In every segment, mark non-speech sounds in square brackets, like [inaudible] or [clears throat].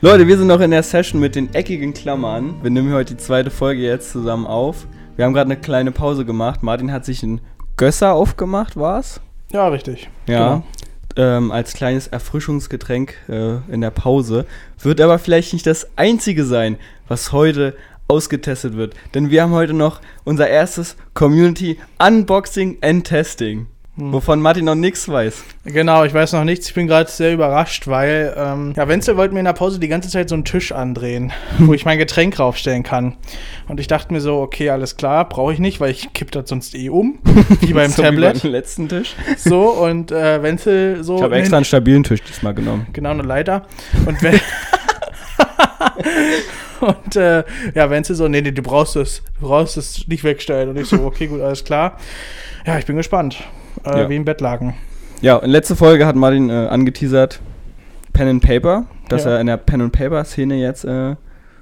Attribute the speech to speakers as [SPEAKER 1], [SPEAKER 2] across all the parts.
[SPEAKER 1] Leute, wir sind noch in der Session mit den eckigen Klammern. Wir nehmen heute die zweite Folge jetzt zusammen auf. Wir haben gerade eine kleine Pause gemacht. Martin hat sich einen Gösser aufgemacht, war's?
[SPEAKER 2] Ja, richtig.
[SPEAKER 1] Ja.
[SPEAKER 2] Genau.
[SPEAKER 1] Ähm, als kleines Erfrischungsgetränk äh, in der Pause. Wird aber vielleicht nicht das einzige sein, was heute ausgetestet wird. Denn wir haben heute noch unser erstes Community Unboxing and Testing.
[SPEAKER 2] Hm.
[SPEAKER 1] Wovon Martin noch nichts weiß.
[SPEAKER 2] Genau, ich weiß noch nichts. Ich bin gerade sehr überrascht, weil, ähm, ja, Wenzel wollte mir in der Pause die ganze Zeit so einen
[SPEAKER 1] [laughs]
[SPEAKER 2] Tisch andrehen, wo ich mein Getränk draufstellen kann. Und ich dachte mir so, okay, alles klar, brauche ich nicht, weil ich kipp das sonst eh um,
[SPEAKER 1] [laughs]
[SPEAKER 2] wie beim
[SPEAKER 1] So
[SPEAKER 2] Tablet.
[SPEAKER 1] beim letzten Tisch.
[SPEAKER 2] so, und äh, Wenzel so.
[SPEAKER 1] Ich habe
[SPEAKER 2] nee,
[SPEAKER 1] extra einen stabilen Tisch diesmal genommen.
[SPEAKER 2] Genau, eine Leiter. Und wenn. [laughs] Und äh, ja, Wenzel so, nee, nee, du brauchst es, du brauchst es nicht wegstellen. Und ich so, okay, gut, alles klar. Ja, ich bin gespannt. Äh,
[SPEAKER 1] Ja.
[SPEAKER 2] Wie im Bettlaken.
[SPEAKER 1] Ja, in letzter Folge hat Martin äh, angeteasert Pen and Paper, dass
[SPEAKER 2] Ja.
[SPEAKER 1] er in der Pen and Paper Szene jetzt äh,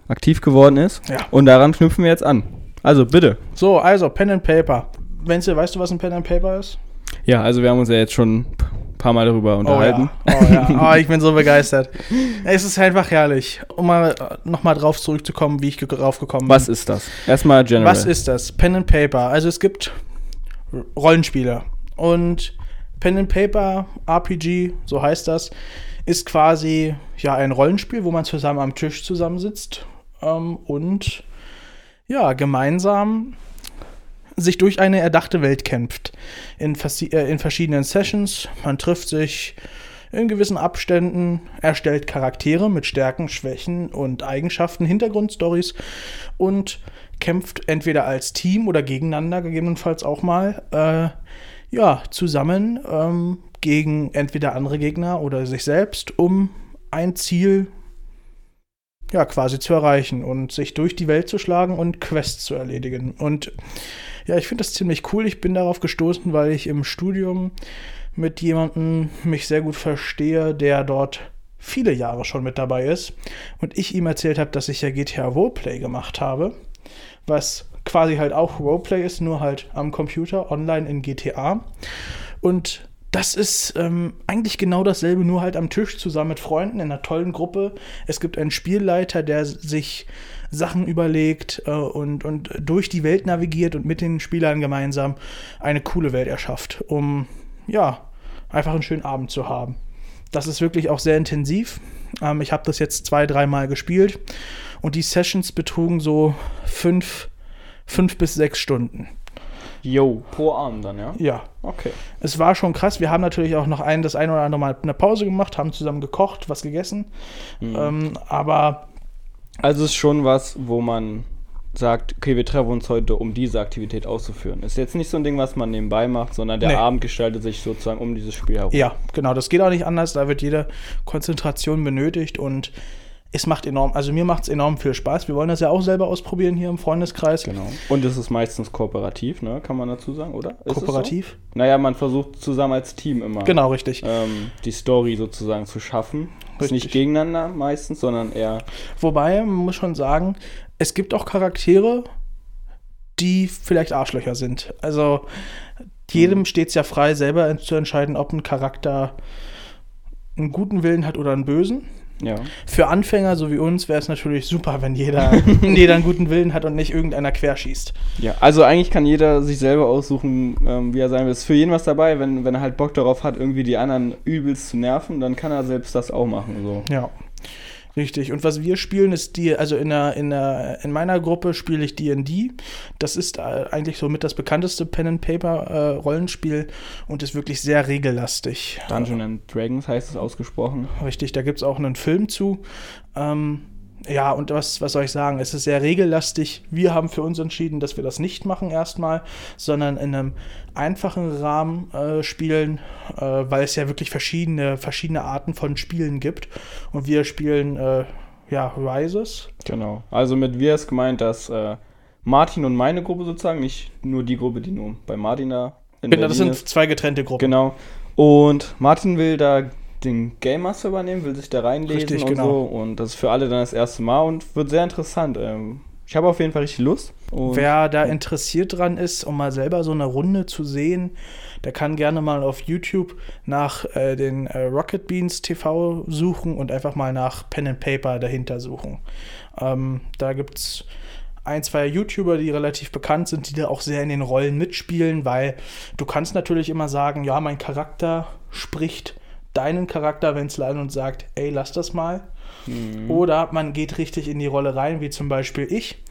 [SPEAKER 1] aktiv geworden ist.
[SPEAKER 2] Ja.
[SPEAKER 1] Und daran knüpfen wir jetzt an. Also bitte.
[SPEAKER 2] So, also Pen and Paper. Wenzel, weißt du, was ein Pen and Paper ist?
[SPEAKER 1] Ja, also wir haben uns ja jetzt schon ein paar Mal darüber unterhalten.
[SPEAKER 2] Oh ja, oh, ja. Oh, ich bin so begeistert. Es ist einfach herrlich. Um mal nochmal drauf zurückzukommen, wie ich ge- draufgekommen
[SPEAKER 1] Was
[SPEAKER 2] bin.
[SPEAKER 1] ist das? Erstmal General.
[SPEAKER 2] Was ist das? Pen and Paper. Also es gibt R- Rollenspiele und Pen and Paper RPG, so heißt das, ist quasi ja ein Rollenspiel, wo man zusammen am Tisch zusammensitzt ähm, und ja gemeinsam sich durch eine erdachte Welt kämpft. In, versi- äh, in verschiedenen Sessions. Man trifft sich in gewissen Abständen, erstellt Charaktere mit Stärken, Schwächen und Eigenschaften, Hintergrundstories und kämpft entweder als Team oder gegeneinander, gegebenenfalls auch mal, äh, ja, zusammen ähm, gegen entweder andere Gegner oder sich selbst, um ein Ziel ja, quasi zu erreichen und sich durch die Welt zu schlagen und Quests zu erledigen. Und ja, ich finde das ziemlich cool. Ich bin darauf gestoßen, weil ich im Studium mit jemandem mich sehr gut verstehe, der dort viele Jahre schon mit dabei ist. Und ich ihm erzählt habe, dass ich ja GTA Roleplay gemacht habe, was quasi halt auch Roleplay ist, nur halt am Computer, online in GTA. Und das ist ähm, eigentlich genau dasselbe, nur halt am Tisch zusammen mit Freunden in einer tollen Gruppe. Es gibt einen Spielleiter, der sich Sachen überlegt äh, und, und durch die Welt navigiert und mit den Spielern gemeinsam eine coole Welt erschafft, um ja einfach einen schönen Abend zu haben. Das ist wirklich auch sehr intensiv. Ähm, ich habe das jetzt zwei, dreimal gespielt und die Sessions betrugen so fünf, fünf bis sechs Stunden.
[SPEAKER 1] Yo, pro Arm dann, ja?
[SPEAKER 2] Ja,
[SPEAKER 1] Okay.
[SPEAKER 2] es war schon krass. Wir haben natürlich auch noch ein, das ein oder andere Mal eine Pause gemacht, haben zusammen gekocht, was gegessen. Ähm, aber
[SPEAKER 1] Also es ist schon was, wo man sagt, okay, wir treffen uns heute, um diese Aktivität auszuführen. Ist jetzt nicht so ein Ding, was man nebenbei macht, sondern der
[SPEAKER 2] Nee.
[SPEAKER 1] Abend gestaltet sich sozusagen um dieses Spiel herum.
[SPEAKER 2] ja, genau, das geht auch nicht anders. Da wird jede Konzentration benötigt und es macht enorm, also mir macht es enorm viel Spaß. Wir wollen das ja auch selber ausprobieren hier im Freundeskreis.
[SPEAKER 1] Genau. Und es ist meistens kooperativ, ne? Kann man dazu sagen, oder? Ist es
[SPEAKER 2] Kooperativ.
[SPEAKER 1] So? Naja, man versucht zusammen als Team immer
[SPEAKER 2] Genau, richtig.
[SPEAKER 1] ähm, die Story sozusagen zu schaffen. Ist
[SPEAKER 2] Richtig.
[SPEAKER 1] nicht gegeneinander meistens, sondern eher.
[SPEAKER 2] Wobei, man muss schon sagen, es gibt auch Charaktere, die vielleicht Arschlöcher sind. Also jedem steht es ja frei, selber ent- zu entscheiden, ob ein Charakter einen guten Willen hat oder einen bösen.
[SPEAKER 1] Ja.
[SPEAKER 2] Für Anfänger, so wie uns, wäre es natürlich super, wenn jeder, jeder einen guten Willen hat und nicht irgendeiner querschießt.
[SPEAKER 1] ja. Also eigentlich kann jeder sich selber aussuchen, ähm, wie er sein will. Ist für jeden was dabei, wenn, wenn er halt Bock darauf hat, irgendwie die anderen übelst zu nerven, dann kann er selbst das auch machen. So.
[SPEAKER 2] Ja. Richtig. Und was wir spielen, ist die, also in, der, in, der, in meiner Gruppe spiele ich DD. Das ist äh, eigentlich somit das bekannteste Pen and Paper äh, Rollenspiel und ist wirklich sehr regellastig.
[SPEAKER 1] Dungeon and Dragons heißt es ausgesprochen.
[SPEAKER 2] Richtig, da gibt es auch einen Film zu. Ähm, ja, und was, was soll ich sagen? Es ist sehr regellastig. Wir haben für uns entschieden, dass wir das nicht machen erstmal, sondern in einem einfachen Rahmen äh, spielen, äh, weil es ja wirklich verschiedene, verschiedene Arten von Spielen gibt. Und wir spielen äh, ja Rises.
[SPEAKER 1] Genau. Also mit wir ist gemeint, dass äh, Martin und meine Gruppe sozusagen, nicht nur die Gruppe, die nur bei Martin da in
[SPEAKER 2] Genau, das
[SPEAKER 1] Berlin
[SPEAKER 2] sind zwei getrennte Gruppen.
[SPEAKER 1] Genau. Und Martin will da den Game Master übernehmen, will sich da reinlesen
[SPEAKER 2] Richtig,
[SPEAKER 1] und
[SPEAKER 2] genau.
[SPEAKER 1] so. Und das ist für alle dann das erste Mal und wird sehr interessant. Ähm, ich habe auf jeden Fall richtig Lust. Und
[SPEAKER 2] Wer da interessiert dran ist, um mal selber so eine Runde zu sehen, der kann gerne mal auf YouTube nach äh, den äh, Rocket Beans TV suchen und einfach mal nach Pen and Paper dahinter suchen. Ähm, da gibt es ein, zwei YouTuber, die relativ bekannt sind, die da auch sehr in den Rollen mitspielen, weil du kannst natürlich immer sagen, ja, mein Charakter spricht deinen Charakter, wenn es an und sagt, ey, lass das mal. Oder man geht richtig in die Rolle rein, wie zum Beispiel ich.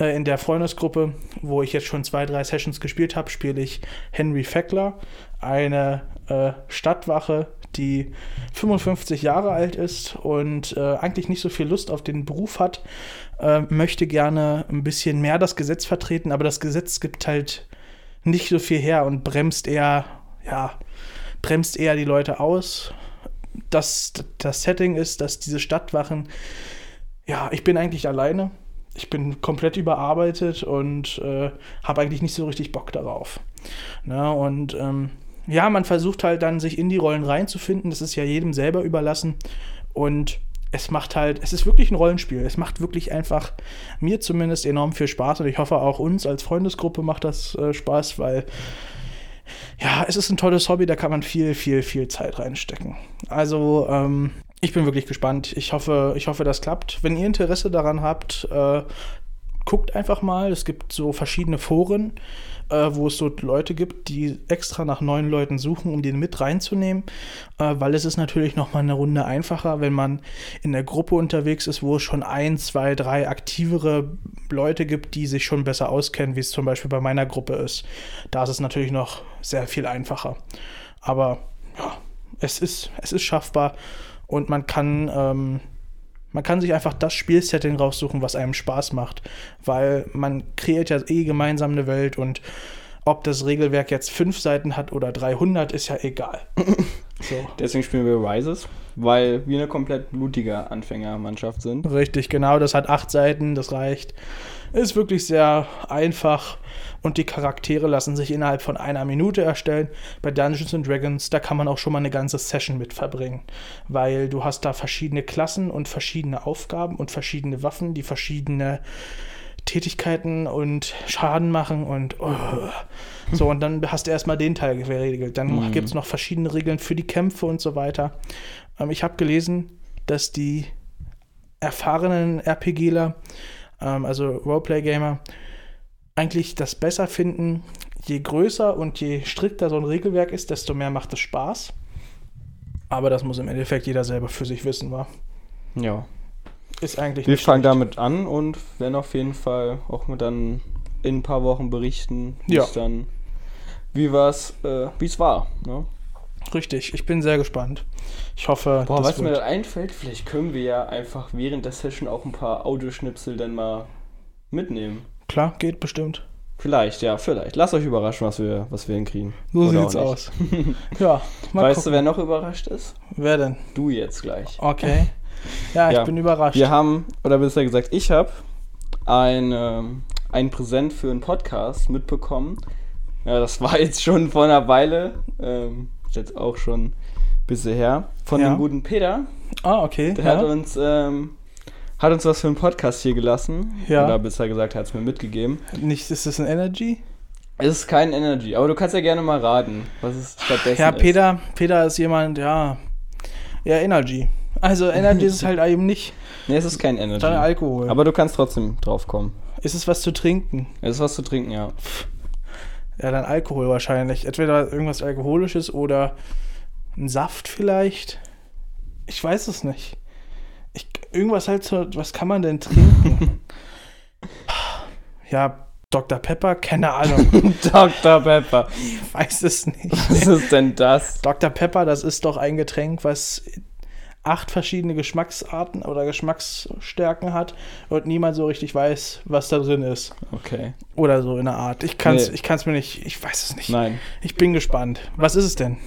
[SPEAKER 2] Äh, In der Freundesgruppe, wo ich jetzt schon zwei, drei Sessions gespielt habe, spiele ich Henry Feckler, eine äh, Stadtwache, die 55 Jahre alt ist und äh, eigentlich nicht so viel Lust auf den Beruf hat, äh, möchte gerne ein bisschen mehr das Gesetz vertreten, aber das Gesetz gibt halt nicht so viel her und bremst eher, ja, bremst eher die Leute aus. Das, das Setting ist, dass diese Stadtwachen, ja, ich bin eigentlich alleine. Ich bin komplett überarbeitet und äh, habe eigentlich nicht so richtig Bock darauf. Ne? Und ähm, ja, man versucht halt dann, sich in die Rollen reinzufinden. Das ist ja jedem selber überlassen. Und es macht halt, es ist wirklich ein Rollenspiel. Es macht wirklich einfach mir zumindest enorm viel Spaß und ich hoffe auch uns als Freundesgruppe macht das äh, Spaß, weil ja, es ist ein tolles Hobby, da kann man viel, viel, viel Zeit reinstecken. Also, ähm, ich bin wirklich gespannt. Ich hoffe, ich hoffe, das klappt. Wenn ihr Interesse daran habt, äh, guckt einfach mal. Es gibt so verschiedene Foren, äh, wo es so Leute gibt, die extra nach neuen Leuten suchen, um den mit reinzunehmen. Äh, weil es ist natürlich nochmal eine Runde einfacher, wenn man in der Gruppe unterwegs ist, wo es schon ein, zwei, drei aktivere Leute gibt, die sich schon besser auskennen, wie es zum Beispiel bei meiner Gruppe ist. Da ist es natürlich noch sehr viel einfacher. Aber ja, es ist, es ist schaffbar und man kann. Ähm, man kann sich einfach das Spielsetting raussuchen, was einem Spaß macht, weil man kreiert ja eh gemeinsam eine Welt und ob das Regelwerk jetzt fünf Seiten hat oder 300, ist ja egal. So.
[SPEAKER 1] Deswegen spielen wir Rises, weil wir eine komplett blutige Anfängermannschaft sind.
[SPEAKER 2] Richtig, genau, das hat acht Seiten, das reicht. Ist wirklich sehr einfach und die Charaktere lassen sich innerhalb von einer Minute erstellen. Bei Dungeons and Dragons, da kann man auch schon mal eine ganze Session mit verbringen, weil du hast da verschiedene Klassen und verschiedene Aufgaben und verschiedene Waffen, die verschiedene Tätigkeiten und Schaden machen und oh. so und dann hast du erstmal den Teil geregelt.
[SPEAKER 1] Mhm.
[SPEAKER 2] Dann gibt es noch verschiedene Regeln für die Kämpfe und so weiter. Ähm, ich habe gelesen, dass die erfahrenen RPGler, ähm, also Roleplay-Gamer, eigentlich das besser finden, je größer und je strikter so ein Regelwerk ist, desto mehr macht es Spaß. Aber das muss im Endeffekt jeder selber für sich wissen, war.
[SPEAKER 1] Ja.
[SPEAKER 2] Ist eigentlich
[SPEAKER 1] Wir
[SPEAKER 2] nicht
[SPEAKER 1] fangen
[SPEAKER 2] schlecht.
[SPEAKER 1] damit an und werden auf jeden Fall auch mit dann in ein paar Wochen berichten, wie
[SPEAKER 2] Ja.
[SPEAKER 1] es dann, wie war's, äh, wie es war. Ne?
[SPEAKER 2] Richtig, ich bin sehr gespannt. Ich hoffe,
[SPEAKER 1] Boah, was mir
[SPEAKER 2] wird-
[SPEAKER 1] da einfällt, vielleicht können wir ja einfach während der Session auch ein paar Audioschnipsel dann mal mitnehmen.
[SPEAKER 2] klar, geht bestimmt.
[SPEAKER 1] Vielleicht, ja, vielleicht. Lasst euch überraschen, was wir, was wir hinkriegen.
[SPEAKER 2] So
[SPEAKER 1] Oder
[SPEAKER 2] sieht's
[SPEAKER 1] auch nicht.
[SPEAKER 2] aus. [laughs] ja, mal
[SPEAKER 1] weißt
[SPEAKER 2] gucken.
[SPEAKER 1] du, wer noch überrascht ist?
[SPEAKER 2] wer denn?
[SPEAKER 1] Du jetzt gleich.
[SPEAKER 2] Okay. Ja, ich
[SPEAKER 1] Ja.
[SPEAKER 2] bin überrascht.
[SPEAKER 1] Wir haben, oder besser gesagt, ich habe ein, ähm, ein Präsent für einen Podcast mitbekommen. Ja, das war jetzt schon vor einer Weile. Ähm, ist jetzt auch schon ein bisschen her. Von
[SPEAKER 2] Ja.
[SPEAKER 1] dem guten Peter.
[SPEAKER 2] Ah, okay.
[SPEAKER 1] Der hat
[SPEAKER 2] Ja.
[SPEAKER 1] uns, ähm, hat uns was für einen Podcast hier gelassen.
[SPEAKER 2] Ja.
[SPEAKER 1] Oder besser gesagt, hat es mir mitgegeben.
[SPEAKER 2] Nicht, ist das ein Energy?
[SPEAKER 1] Es ist kein Energy, aber du kannst ja gerne mal raten, was es stattdessen
[SPEAKER 2] Ja,
[SPEAKER 1] ist.
[SPEAKER 2] Peter, Peter ist jemand, ja. Ja, Energy.
[SPEAKER 1] [laughs]
[SPEAKER 2] Also Energy ist es halt eben nicht.
[SPEAKER 1] Nee, es ist kein Energy.
[SPEAKER 2] Dann Alkohol.
[SPEAKER 1] Aber du kannst trotzdem drauf kommen.
[SPEAKER 2] ist es was zu trinken?
[SPEAKER 1] Es ist was zu trinken,
[SPEAKER 2] [laughs]
[SPEAKER 1] ja.
[SPEAKER 2] Ja, dann Alkohol wahrscheinlich. Entweder irgendwas Alkoholisches oder ein Saft vielleicht. Ich weiß es nicht. Ich, irgendwas halt so, was kann man
[SPEAKER 1] [laughs]
[SPEAKER 2] denn trinken? ja, Dr. Pepper,
[SPEAKER 1] [laughs]
[SPEAKER 2] keine Ahnung.
[SPEAKER 1] Dr. Pepper.
[SPEAKER 2] Ich weiß es nicht.
[SPEAKER 1] Was ist denn das?
[SPEAKER 2] Dr. Pepper, das ist doch ein Getränk, was acht verschiedene Geschmacksarten oder Geschmacksstärken hat und niemand so richtig weiß, was da drin ist.
[SPEAKER 1] Okay.
[SPEAKER 2] Oder so in der Art. Ich kann es
[SPEAKER 1] Nee.
[SPEAKER 2] ich kann's mir nicht, ich weiß es nicht.
[SPEAKER 1] Nein.
[SPEAKER 2] Ich bin gespannt. Was ist es denn?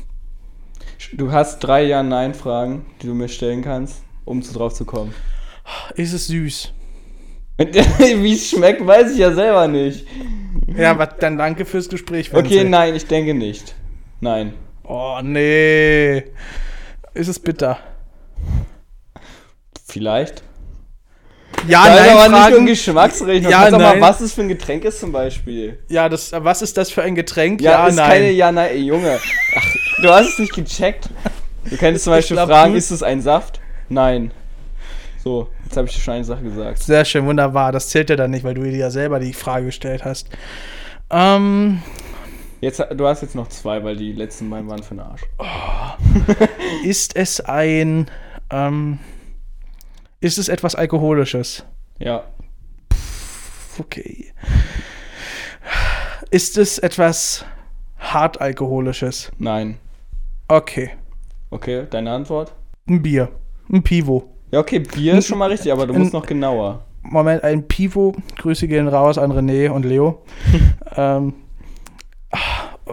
[SPEAKER 1] Du hast drei Ja-Nein-Fragen, die du mir stellen kannst, um zu drauf zu kommen. [laughs]
[SPEAKER 2] Ist es süß?
[SPEAKER 1] Wie es schmeckt, weiß ich ja selber nicht.
[SPEAKER 2] Ja, aber dann danke fürs Gespräch.
[SPEAKER 1] Okay,
[SPEAKER 2] Wenzel.
[SPEAKER 1] nein, ich denke nicht. Nein.
[SPEAKER 2] Oh, nee. Ist es bitter?
[SPEAKER 1] Vielleicht.
[SPEAKER 2] Ja,
[SPEAKER 1] da ist
[SPEAKER 2] nein,
[SPEAKER 1] aber nicht nur
[SPEAKER 2] Fragen.
[SPEAKER 1] Geschmacksrechnung.
[SPEAKER 2] Ah, Ja,
[SPEAKER 1] Sag mal,
[SPEAKER 2] nein.
[SPEAKER 1] was es für ein Getränk ist zum Beispiel.
[SPEAKER 2] Ja, das, was ist das für ein Getränk?
[SPEAKER 1] Ja, ist keine Ja, nein, ey, Junge. Ach, du hast es nicht gecheckt. Du könntest zum
[SPEAKER 2] Ich
[SPEAKER 1] Beispiel
[SPEAKER 2] glaub,
[SPEAKER 1] fragen,
[SPEAKER 2] du-
[SPEAKER 1] ist es ein Saft? Nein. So, jetzt habe ich dir schon eine Sache gesagt.
[SPEAKER 2] Sehr schön, wunderbar. Das zählt ja dann nicht, weil du dir ja selber die Frage gestellt hast. Ähm,
[SPEAKER 1] Jetzt, du hast jetzt noch zwei, weil die letzten beiden waren für den Arsch.
[SPEAKER 2] ist es ein. Ähm, ist es etwas Alkoholisches?
[SPEAKER 1] Ja.
[SPEAKER 2] Okay. Ist es etwas hart alkoholisches?
[SPEAKER 1] Nein.
[SPEAKER 2] Okay.
[SPEAKER 1] Okay, deine Antwort?
[SPEAKER 2] Ein Bier. Ein Pivo.
[SPEAKER 1] Ja, okay, Bier ist schon mal richtig, aber du musst
[SPEAKER 2] Ähm,
[SPEAKER 1] noch genauer.
[SPEAKER 2] Moment, ein Pivo. Grüße gehen raus an René
[SPEAKER 1] [laughs]
[SPEAKER 2] und Leo. ähm, ah,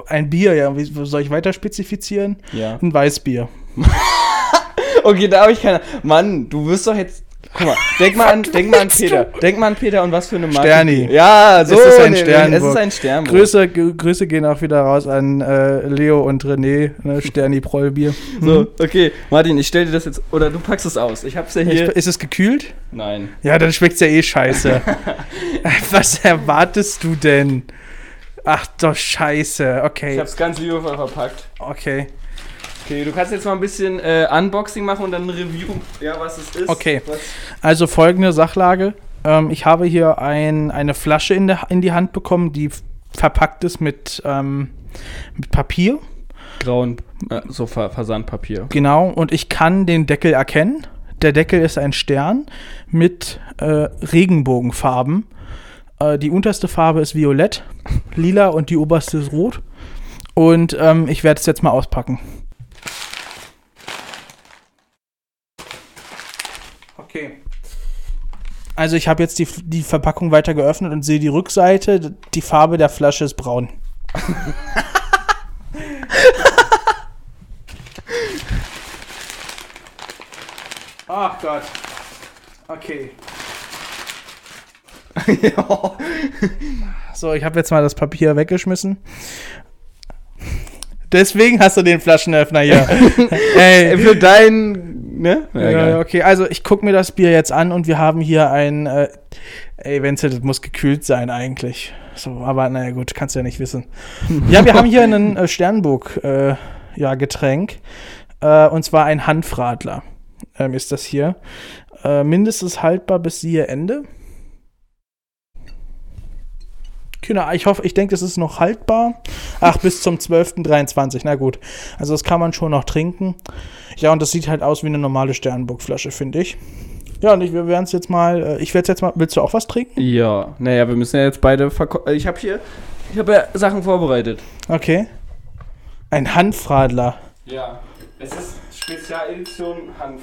[SPEAKER 2] ein Bier, ja. Wie, soll ich weiter spezifizieren? [laughs]
[SPEAKER 1] Ja.
[SPEAKER 2] Ein Weißbier.
[SPEAKER 1] Okay, da habe ich keine. Mann, du wirst doch jetzt. Guck mal, denk mal an, denk mal an
[SPEAKER 2] willst
[SPEAKER 1] Peter. Denk mal an Peter und was für eine Marke.
[SPEAKER 2] Sterni.
[SPEAKER 1] Ja, so
[SPEAKER 2] Es ist ein
[SPEAKER 1] nee, Es
[SPEAKER 2] Sternburg.
[SPEAKER 1] ist ein Sternburg.
[SPEAKER 2] Grüße, G- Grüße gehen auch wieder raus an äh, Leo und René.
[SPEAKER 1] [laughs]
[SPEAKER 2] Ne? Sterni Prollbier.
[SPEAKER 1] So,
[SPEAKER 2] Hm?
[SPEAKER 1] okay, Martin, ich stell dir das jetzt. Oder du packst es aus. Ich hab's ja hier.
[SPEAKER 2] Ich, ist es gekühlt?
[SPEAKER 1] Nein.
[SPEAKER 2] Ja, dann schmeckt's ja
[SPEAKER 1] [laughs]
[SPEAKER 2] eh scheiße. Was erwartest du denn? Ach doch, scheiße.
[SPEAKER 1] Ich
[SPEAKER 2] Okay.
[SPEAKER 1] hab's ganz liebevoll verpackt.
[SPEAKER 2] Okay.
[SPEAKER 1] Okay, du kannst jetzt mal ein bisschen äh, Unboxing machen und dann ein Review, ja, was es ist.
[SPEAKER 2] Okay.
[SPEAKER 1] Was,
[SPEAKER 2] Also folgende Sachlage. Ähm, ich habe hier ein, eine Flasche in, der, in die Hand bekommen, die f- verpackt ist mit, ähm, mit Papier.
[SPEAKER 1] grauen äh, so Ver Versandpapier.
[SPEAKER 2] Genau. Und ich kann den Deckel erkennen. Der Deckel ist ein Stern mit äh, Regenbogenfarben. Äh, die unterste Farbe ist violett, lila und die oberste ist rot. Und ähm, ich werde es jetzt mal auspacken. Okay. Also ich habe jetzt die, die Verpackung weiter geöffnet und sehe die Rückseite. Die Farbe der Flasche ist braun. [laughs] Ach Gott. Okay. [laughs] So, ich habe jetzt mal das Papier weggeschmissen. Deswegen hast du den Flaschenöffner hier. [laughs] Ey.
[SPEAKER 1] Äh, Für dein. Ne? Ja, geil.
[SPEAKER 2] Ja, okay, also ich gucke mir das Bier jetzt an und wir haben hier ein. Äh, ey, Wenzel, das muss gekühlt sein eigentlich. So, aber naja, gut, kannst du ja
[SPEAKER 1] [laughs]
[SPEAKER 2] nicht wissen. Ja, wir haben hier einen äh, Sternburg-Getränk. Äh, ja, Getränk. äh, und zwar ein Hanfradler ähm, ist das hier. Äh, mindestens haltbar bis siehe Ende. Genau, ich hoffe, ich denke, das ist noch haltbar. Ach, bis zum 12.23, na gut. Also das kann man schon noch trinken. Ja, und das sieht halt aus wie eine normale Sternburg-Flasche, finde ich. Ja, und ich, wir werden es jetzt mal, äh, ich werde jetzt mal, willst du auch was trinken?
[SPEAKER 1] Ja, naja, wir müssen ja jetzt beide verkaufen. Ich habe hier, ich habe ja Sachen vorbereitet.
[SPEAKER 2] Okay. Ein Hanfradler.
[SPEAKER 1] Ja, es ist Spezialedition Hanf.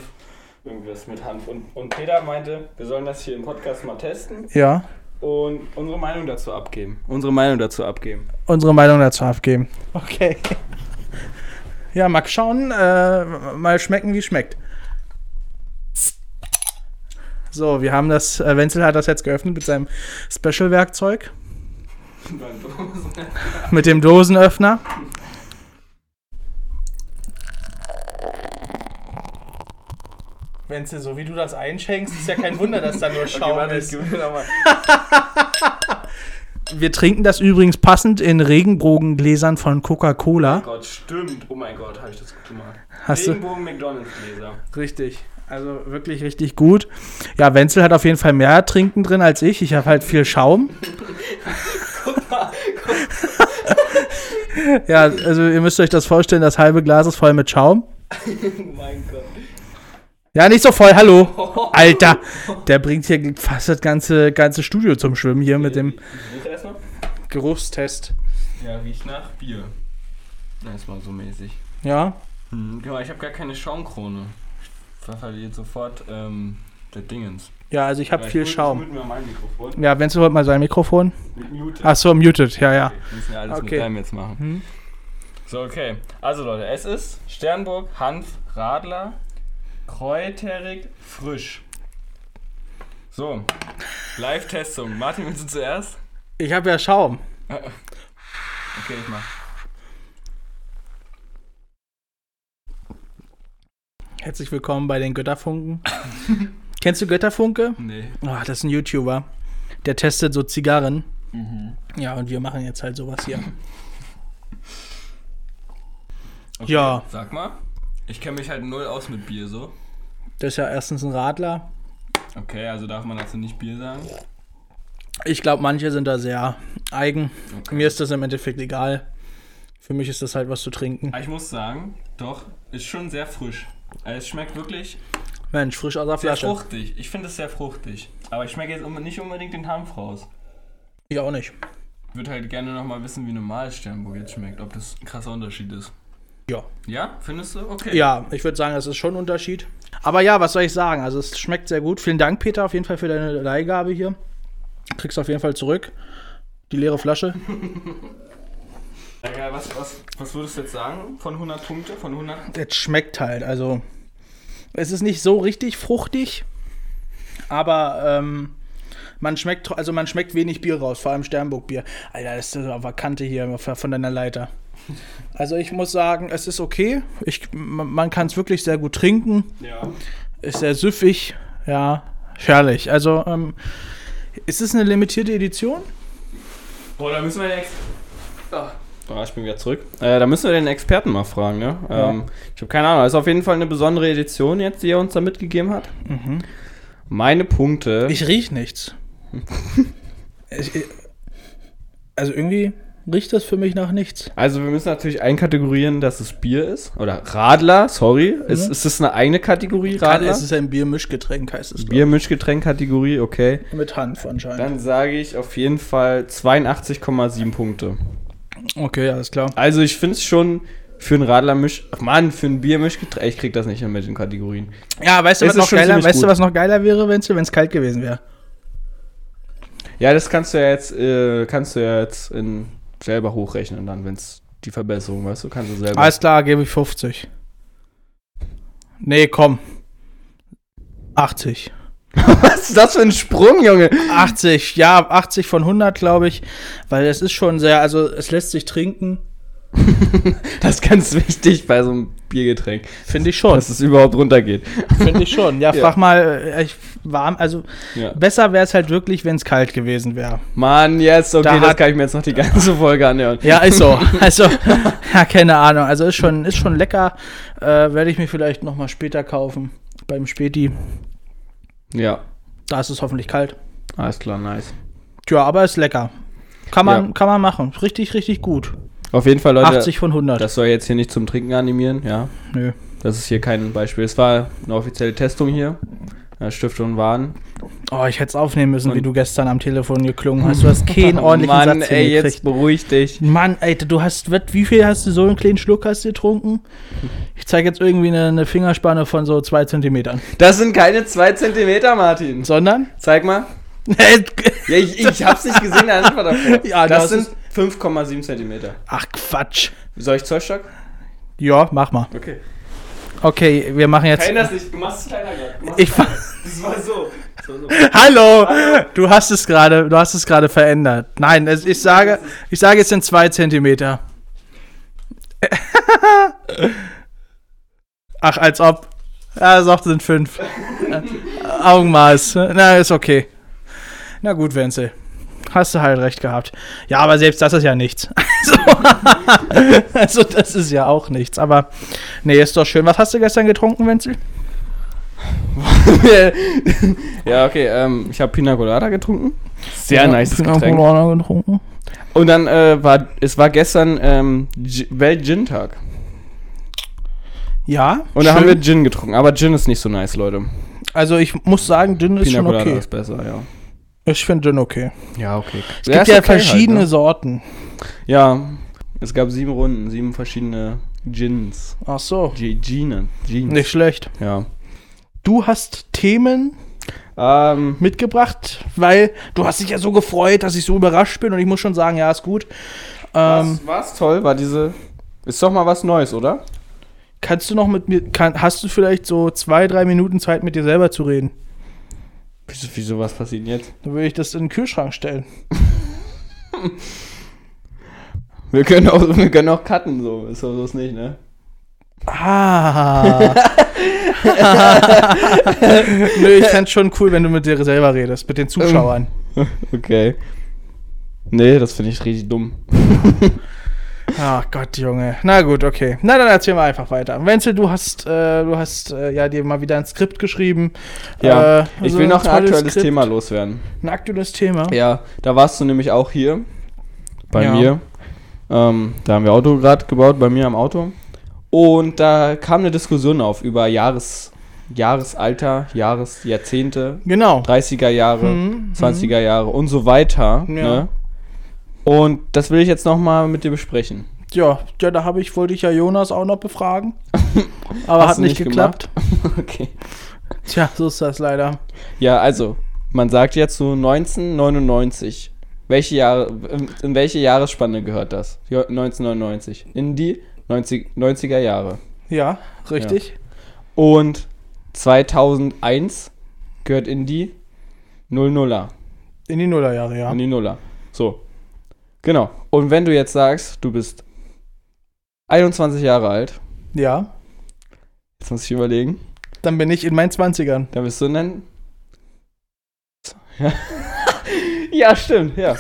[SPEAKER 1] Irgendwas mit Hanf. Und, und Peter meinte, wir sollen das hier im Podcast mal testen
[SPEAKER 2] Ja.
[SPEAKER 1] und unsere Meinung dazu abgeben. Unsere Meinung dazu abgeben.
[SPEAKER 2] unsere Meinung dazu abgeben. Okay. Ja, mal schauen, äh, mal schmecken, wie schmeckt. So, wir haben das, äh, Wenzel hat das jetzt geöffnet mit seinem Special-Werkzeug,
[SPEAKER 1] [laughs]
[SPEAKER 2] mit dem Dosenöffner. Wenzel, so wie du das einschenkst, ist ja kein Wunder, dass da nur Wir trinken das übrigens passend in Regenbogengläsern von Coca-Cola.
[SPEAKER 1] Gott, stimmt. Oh mein Gott, habe ich das gut gemacht.
[SPEAKER 2] Hast du?
[SPEAKER 1] Regenbogen McDonalds-Gläser.
[SPEAKER 2] Richtig. Also wirklich richtig gut. Ja, Wenzel hat auf jeden Fall mehr Trinken drin als ich. Ich habe halt viel Schaum. [laughs] ja, also ihr müsst euch das vorstellen, das halbe Glas ist voll mit Schaum.
[SPEAKER 1] [laughs] Oh mein Gott.
[SPEAKER 2] Ja, nicht so voll, hallo. Alter, der bringt hier fast das ganze, ganze Studio zum Schwimmen hier mit dem
[SPEAKER 1] Riecht erstmal?
[SPEAKER 2] Geruchstest.
[SPEAKER 1] Ja, riecht nach Bier. Erstmal so mäßig.
[SPEAKER 2] Ja,
[SPEAKER 1] Hm, genau, ich habe gar keine Schaumkrone. Ich verliere sofort ähm, der Dingens.
[SPEAKER 2] ja, also ich habe
[SPEAKER 1] Ja,
[SPEAKER 2] viel
[SPEAKER 1] ich mute-
[SPEAKER 2] Schaum.
[SPEAKER 1] Ich mute mir mein Mikrofon.
[SPEAKER 2] Ja, Wenzel holt mal sein Mikrofon.
[SPEAKER 1] Mute.
[SPEAKER 2] Ach so, muted, ja, ja.
[SPEAKER 1] Okay, wir müssen ja alles
[SPEAKER 2] Ah. Okay.
[SPEAKER 1] mit deinem jetzt machen.
[SPEAKER 2] Mhm.
[SPEAKER 1] So, okay. Also Leute, es ist Sternburg, Hanf, Radler, kräuterig, frisch. So, Live-Testung. Martin, willst du zuerst? [laughs]
[SPEAKER 2] Ich habe ja Schaum.
[SPEAKER 1] Okay, ich mach.
[SPEAKER 2] Herzlich willkommen bei den Götterfunken. Kennst du Götterfunke?
[SPEAKER 1] Nee.
[SPEAKER 2] Ah, das ist ein YouTuber. Der testet so Zigarren. Ja, und wir machen jetzt halt sowas hier.
[SPEAKER 3] Okay,
[SPEAKER 2] Ja.
[SPEAKER 3] Sag mal. Ich kenne mich halt null aus mit Bier so.
[SPEAKER 2] Das ist ja erstens ein Radler.
[SPEAKER 3] Okay, also darf man dazu nicht Bier sagen.
[SPEAKER 2] Ich glaube, manche sind da sehr eigen.
[SPEAKER 3] Okay.
[SPEAKER 2] Mir ist das im Endeffekt egal. Für mich ist das halt was zu trinken.
[SPEAKER 3] Aber Ah, ich muss sagen, doch, ist schon sehr frisch. Also es schmeckt wirklich
[SPEAKER 2] Mensch, frisch aus der
[SPEAKER 3] sehr
[SPEAKER 2] Flasche.
[SPEAKER 3] fruchtig. Ich finde es sehr fruchtig. Aber ich schmecke jetzt unbe- nicht unbedingt den Hanf raus.
[SPEAKER 2] Ich auch nicht.
[SPEAKER 3] Ich würde halt gerne nochmal wissen, wie normal Sternburg jetzt schmeckt. Ob das ein krasser Unterschied ist.
[SPEAKER 2] Ja.
[SPEAKER 3] Ja? Findest du? Okay.
[SPEAKER 2] Ja, ich würde sagen, es ist schon ein Unterschied. Aber ja, was soll ich sagen? Also es schmeckt sehr gut. Vielen Dank, Peter, auf jeden Fall für deine Leihgabe hier. Kriegst auf jeden Fall zurück. Die leere Flasche. [laughs]
[SPEAKER 3] Egal, was, was, was würdest du jetzt sagen? Von 100 Punkte? Von 100?
[SPEAKER 2] Es schmeckt halt. Also es ist nicht so richtig fruchtig, aber ähm, man schmeckt, tro- also man schmeckt wenig Bier raus, vor allem Sternburg-Bier. Alter, das ist aber Kante hier von deiner Leiter. Also ich muss sagen, es ist okay. Ich, man man kann es wirklich sehr gut trinken.
[SPEAKER 3] Ja.
[SPEAKER 2] Ist sehr süffig, ja, herrlich. Also, ähm, ist es eine limitierte Edition?
[SPEAKER 3] Boah, da müssen wir jetzt. Ah.
[SPEAKER 1] Ah, ich bin wieder zurück. Äh, da müssen wir den Experten mal fragen, ne?
[SPEAKER 2] Ja.
[SPEAKER 1] Ähm, ich habe keine Ahnung. Das ist auf jeden Fall eine besondere Edition jetzt, die er uns da mitgegeben hat. Meine Punkte.
[SPEAKER 2] Ich riech nichts. [laughs] ich, ich- also irgendwie riecht das für mich nach nichts.
[SPEAKER 1] also wir müssen natürlich einkategorieren, dass es Bier ist. Oder Radler, sorry. Ist, ist das eine eigene Kategorie, Radler?
[SPEAKER 2] Es ist ein Biermischgetränk, heißt es. glaub ich.
[SPEAKER 1] Biermischgetränk-Kategorie, okay.
[SPEAKER 2] Mit Hanf anscheinend.
[SPEAKER 1] Dann sage ich auf jeden Fall 82,7 Punkte.
[SPEAKER 2] Okay, alles klar.
[SPEAKER 1] Also ich finde es schon für einen Radlermisch... Ach Mann, für ein Biermischgetränk... Ich krieg das nicht hin mit den Kategorien.
[SPEAKER 2] Ja, weißt du,
[SPEAKER 1] Es
[SPEAKER 2] was
[SPEAKER 1] ist
[SPEAKER 2] noch
[SPEAKER 1] schon
[SPEAKER 2] geiler,
[SPEAKER 1] ziemlich
[SPEAKER 2] weißt du,
[SPEAKER 1] gut.
[SPEAKER 2] was noch geiler wäre, wenn es kalt gewesen wäre?
[SPEAKER 1] Ja, das kannst du ja jetzt, äh, kannst du ja jetzt in, selber hochrechnen dann, wenn es die Verbesserung, weißt du, kannst du selber.
[SPEAKER 2] Alles klar, gebe ich 50. Nee, komm. 80.
[SPEAKER 1] [laughs] was ist das für ein Sprung, Junge?
[SPEAKER 2] 80, ja, 80 von 100, glaube ich. Weil es ist schon sehr, also es lässt sich trinken.
[SPEAKER 1] Das ist ganz [laughs] wichtig bei so einem Biergetränk,
[SPEAKER 2] Finde ich schon.
[SPEAKER 1] dass es überhaupt runtergeht.
[SPEAKER 2] Finde ich schon. Ja,
[SPEAKER 1] Ja.
[SPEAKER 2] [laughs] frag mal, äh, ich, warm, also
[SPEAKER 1] Ja.
[SPEAKER 2] besser wäre es halt wirklich, wenn es kalt gewesen wäre.
[SPEAKER 1] Mann, jetzt, okay,
[SPEAKER 2] Da
[SPEAKER 1] das
[SPEAKER 2] hat-
[SPEAKER 1] kann ich mir jetzt noch die ganze Folge anhören.
[SPEAKER 2] Ja, ist so. [laughs] Also, ja, keine Ahnung. Also ist schon, ist schon lecker. Äh, Werde ich mir vielleicht nochmal später kaufen. Beim Späti.
[SPEAKER 1] Ja,
[SPEAKER 2] Da ist es hoffentlich kalt.
[SPEAKER 1] alles klar, nice.
[SPEAKER 2] Tja, aber ist lecker. Kann man,
[SPEAKER 1] Ja.
[SPEAKER 2] kann man machen. Richtig, richtig gut.
[SPEAKER 1] Auf jeden Fall, Leute,
[SPEAKER 2] 80 von 100.
[SPEAKER 1] das soll jetzt hier nicht zum Trinken animieren, ja.
[SPEAKER 2] Nö.
[SPEAKER 1] Das ist hier kein Beispiel. Es war eine offizielle Testung hier. äh, Stiftung Waren.
[SPEAKER 2] Oh, ich hätte es aufnehmen müssen,
[SPEAKER 1] Und-
[SPEAKER 2] wie du gestern am Telefon geklungen hast.
[SPEAKER 1] [laughs]
[SPEAKER 2] Du hast keinen ordentlichen
[SPEAKER 1] Mann,
[SPEAKER 2] Satz
[SPEAKER 1] ey,
[SPEAKER 2] hingekriegt.
[SPEAKER 1] jetzt beruhig dich.
[SPEAKER 2] Mann, Alter, du hast, wat- wie viel hast du so einen kleinen Schluck hast
[SPEAKER 1] [laughs]
[SPEAKER 2] du getrunken? Ich zeige jetzt irgendwie eine, eine Fingerspanne von so zwei Zentimetern.
[SPEAKER 1] Das sind keine zwei Zentimeter, Martin.
[SPEAKER 2] Sondern? [laughs]
[SPEAKER 1] Zeig mal. Ja, ich, ich hab's nicht gesehen, der Antwort davor.
[SPEAKER 2] [laughs] Ja,
[SPEAKER 1] das,
[SPEAKER 2] das
[SPEAKER 1] sind 5,7 Zentimeter.
[SPEAKER 2] Ach, Quatsch.
[SPEAKER 1] Soll ich Zollstock?
[SPEAKER 2] Ja, mach mal.
[SPEAKER 1] Okay.
[SPEAKER 2] Okay, wir machen jetzt.
[SPEAKER 1] Nein, das nicht. Du machst es kleiner gerade. Du machst
[SPEAKER 2] Ich
[SPEAKER 1] es
[SPEAKER 2] fa-
[SPEAKER 1] kleiner. Das war so. Das war so.
[SPEAKER 2] Hallo! Du hast es gerade, du hast es gerade verändert. Nein, es, ich sage, ich sage, es sind zwei Zentimeter. [laughs] Ach, als ob. Ja, es sind fünf. Äh, Augenmaß. Na, ist okay. Na gut, Wenzel. Hast du halt recht gehabt. Ja, aber selbst das ist ja nichts. [laughs] Also, [laughs] also das ist ja auch nichts. Aber nee, ist doch schön. Was hast du gestern getrunken, Wenzel?
[SPEAKER 1] ja, okay. Ähm, ich habe Pina Colada getrunken. Sehr nice
[SPEAKER 2] Pina
[SPEAKER 1] Getränk.
[SPEAKER 2] Colada getrunken.
[SPEAKER 1] Und dann äh, war es war gestern ähm, G- Welt-Gin-Tag.
[SPEAKER 2] Ja.
[SPEAKER 1] Und da
[SPEAKER 2] schön.
[SPEAKER 1] haben wir Gin getrunken. Aber Gin ist nicht so nice, Leute.
[SPEAKER 2] Also ich muss sagen, Gin ist
[SPEAKER 1] Pina
[SPEAKER 2] schon
[SPEAKER 1] Colada
[SPEAKER 2] okay.
[SPEAKER 1] ist besser, ja.
[SPEAKER 2] Ich finde Gin okay.
[SPEAKER 1] Ja, okay. halt, ne?
[SPEAKER 2] Es gibt ja verschiedene Sorten.
[SPEAKER 1] Ja, es gab sieben Runden, sieben verschiedene Gins.
[SPEAKER 2] Ach so.
[SPEAKER 1] G Gine. Gins.
[SPEAKER 2] Nicht schlecht.
[SPEAKER 1] Ja.
[SPEAKER 2] Du hast Themen
[SPEAKER 1] Ähm,
[SPEAKER 2] mitgebracht, weil du hast dich ja so gefreut, dass ich so überrascht bin und ich muss schon sagen, ja, ist gut. Ähm,
[SPEAKER 1] war's, war's toll, war diese. Ist doch mal was Neues, oder?
[SPEAKER 2] kannst du noch mit mir, kann, hast du vielleicht so zwei, drei Minuten Zeit, mit dir selber zu reden?
[SPEAKER 1] Wieso, wieso was passiert jetzt?
[SPEAKER 2] Dann würde ich das in den
[SPEAKER 1] [laughs]
[SPEAKER 2] Kühlschrank stellen.
[SPEAKER 1] [laughs] Wir können auch, wir können auch cutten, so. Ist doch bloß nicht, ne?
[SPEAKER 2] Ah. [laughs] Nö, ich fänd's schon cool, wenn du mit dir selber redest,
[SPEAKER 1] Ähm,
[SPEAKER 2] mit den Zuschauern.
[SPEAKER 1] Okay. Nee, das finde ich richtig dumm.
[SPEAKER 2] Ach Gott, Junge. Na gut, okay. Na dann erzähl mal einfach weiter. Wenzel, du hast, äh, du hast äh, ja dir mal wieder ein Skript geschrieben.
[SPEAKER 1] Ja,
[SPEAKER 2] Äh,
[SPEAKER 1] ich
[SPEAKER 2] so
[SPEAKER 1] will noch ein
[SPEAKER 2] tolles
[SPEAKER 1] aktuelles
[SPEAKER 2] Skript.
[SPEAKER 1] Thema loswerden.
[SPEAKER 2] Ein aktuelles Thema.
[SPEAKER 1] Ja, da warst du nämlich auch hier bei
[SPEAKER 2] Ja.
[SPEAKER 1] mir. Ähm, da haben wir Auto gerade gebaut, bei mir am Auto. Und da kam eine Diskussion auf über Jahres, Jahresalter, Jahresjahrzehnte,
[SPEAKER 2] Genau.
[SPEAKER 1] 30er Jahre,
[SPEAKER 2] Mhm,
[SPEAKER 1] 20er Jahre und so weiter.
[SPEAKER 2] Ja.
[SPEAKER 1] Ne? Und das will ich jetzt nochmal mit dir besprechen. [laughs]
[SPEAKER 2] Ja, ja, da habe ich, wollte ich ja Jonas auch noch befragen. Aber
[SPEAKER 1] Hast
[SPEAKER 2] hat
[SPEAKER 1] du
[SPEAKER 2] nicht
[SPEAKER 1] nicht
[SPEAKER 2] geklappt.
[SPEAKER 1] okay.
[SPEAKER 2] Tja, so ist das leider.
[SPEAKER 1] Ja, also, man sagt jetzt so 1999. Welche Jahre, in- in welche Jahresspanne gehört das? Ja, 1999. In die 90, 90er Jahre.
[SPEAKER 2] Ja, richtig.
[SPEAKER 1] Und 2001 gehört in die 00er.
[SPEAKER 2] In die Nullerjahre, ja.
[SPEAKER 1] In die Nuller. So. Genau. Und wenn du jetzt sagst, du bist 21 Jahre alt,
[SPEAKER 2] Ja.
[SPEAKER 1] jetzt muss ich überlegen,
[SPEAKER 2] Dann bin ich in meinen 20ern.
[SPEAKER 1] dann bist du dann. Ja. ja, stimmt, ja.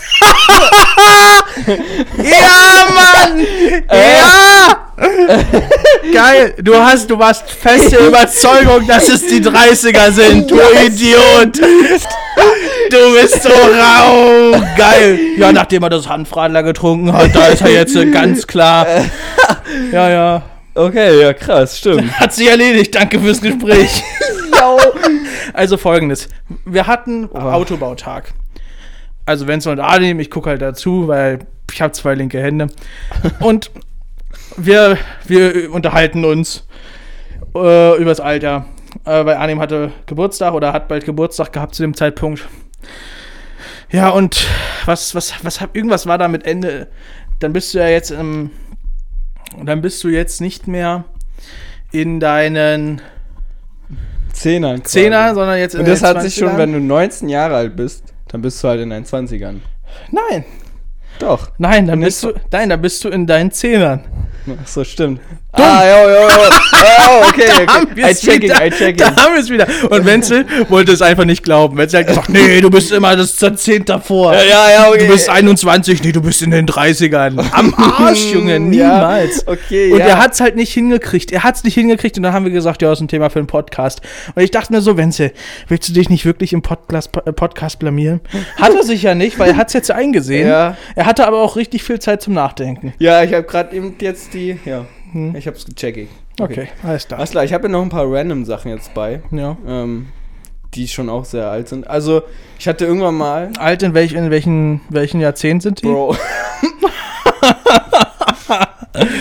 [SPEAKER 2] Ja, Mann! Ja! Äh? [laughs] Geil, du hast, du warst feste Überzeugung, dass es die 30er sind, du Idiot! Du bist so rau! Geil! Ja, nachdem er das Hanfradler getrunken hat, da ist er jetzt äh, ganz klar. Ja, ja.
[SPEAKER 1] Okay, ja, krass, stimmt.
[SPEAKER 2] [laughs] Hat sie erledigt, danke fürs Gespräch. Also folgendes. Wir hatten Autobautag. Also wenn es mal da nehmen, ich gucke halt dazu, weil ich habe zwei linke Hände. Und wir, wir unterhalten uns äh, übers Alter. Äh, weil Arnim hatte Geburtstag oder hat bald Geburtstag gehabt zu dem Zeitpunkt. Ja, und was, was, was hab, irgendwas war da mit Ende. Dann bist du ja jetzt im. Dann bist du jetzt nicht mehr in deinen
[SPEAKER 1] Zehnern. quasi.
[SPEAKER 2] Zehner, sondern jetzt in
[SPEAKER 1] Und das
[SPEAKER 2] deinen
[SPEAKER 1] hat sich
[SPEAKER 2] 20ern.
[SPEAKER 1] schon, wenn du 19 Jahre alt bist, dann bist du halt in deinen 20ern.
[SPEAKER 2] Nein,
[SPEAKER 1] Doch.
[SPEAKER 2] nein, dann
[SPEAKER 1] Und
[SPEAKER 2] bist du. Nein, dann bist du in
[SPEAKER 1] [laughs]
[SPEAKER 2] deinen Zehnern.
[SPEAKER 1] Ach so, stimmt. Ah, jo, jo,
[SPEAKER 2] [laughs]
[SPEAKER 1] jo. oh, okay, okay. I check it, I check
[SPEAKER 2] Da
[SPEAKER 1] it.
[SPEAKER 2] haben wir es wieder. Und Wenzel wollte es einfach nicht glauben. Wenzel hat gesagt, nee, du bist immer das Jahrzehnt davor.
[SPEAKER 1] Ja, ja, ja, okay.
[SPEAKER 2] Du bist 21, nee, du bist in den 30ern. Am
[SPEAKER 1] [laughs]
[SPEAKER 2] Arsch, Junge, niemals.
[SPEAKER 1] Ja, Hm, okay,
[SPEAKER 2] Und
[SPEAKER 1] ja.
[SPEAKER 2] er hat es halt nicht hingekriegt. Er hat es nicht hingekriegt und dann haben wir gesagt, ja, ist ein Thema für einen Podcast. Und ich dachte mir so, Wenzel, willst du dich nicht wirklich im Podcast,
[SPEAKER 1] [laughs]
[SPEAKER 2] Podcast blamieren? Hat er sich ja nicht, weil er hat es jetzt eingesehen.
[SPEAKER 1] Ja.
[SPEAKER 2] Er hatte aber auch richtig viel Zeit zum Nachdenken.
[SPEAKER 1] Ja, ich habe gerade eben jetzt die. Ja, ich hab's gecheckt.
[SPEAKER 2] Hm. Okay, alles klar.
[SPEAKER 1] Alles klar, ich habe ja noch ein paar random Sachen jetzt bei,
[SPEAKER 2] Ja.
[SPEAKER 1] ähm, die schon auch sehr alt sind. Also, ich hatte irgendwann mal.
[SPEAKER 2] Alt in, welch, in welchen, welchen Jahrzehnt sind die?
[SPEAKER 1] Bro.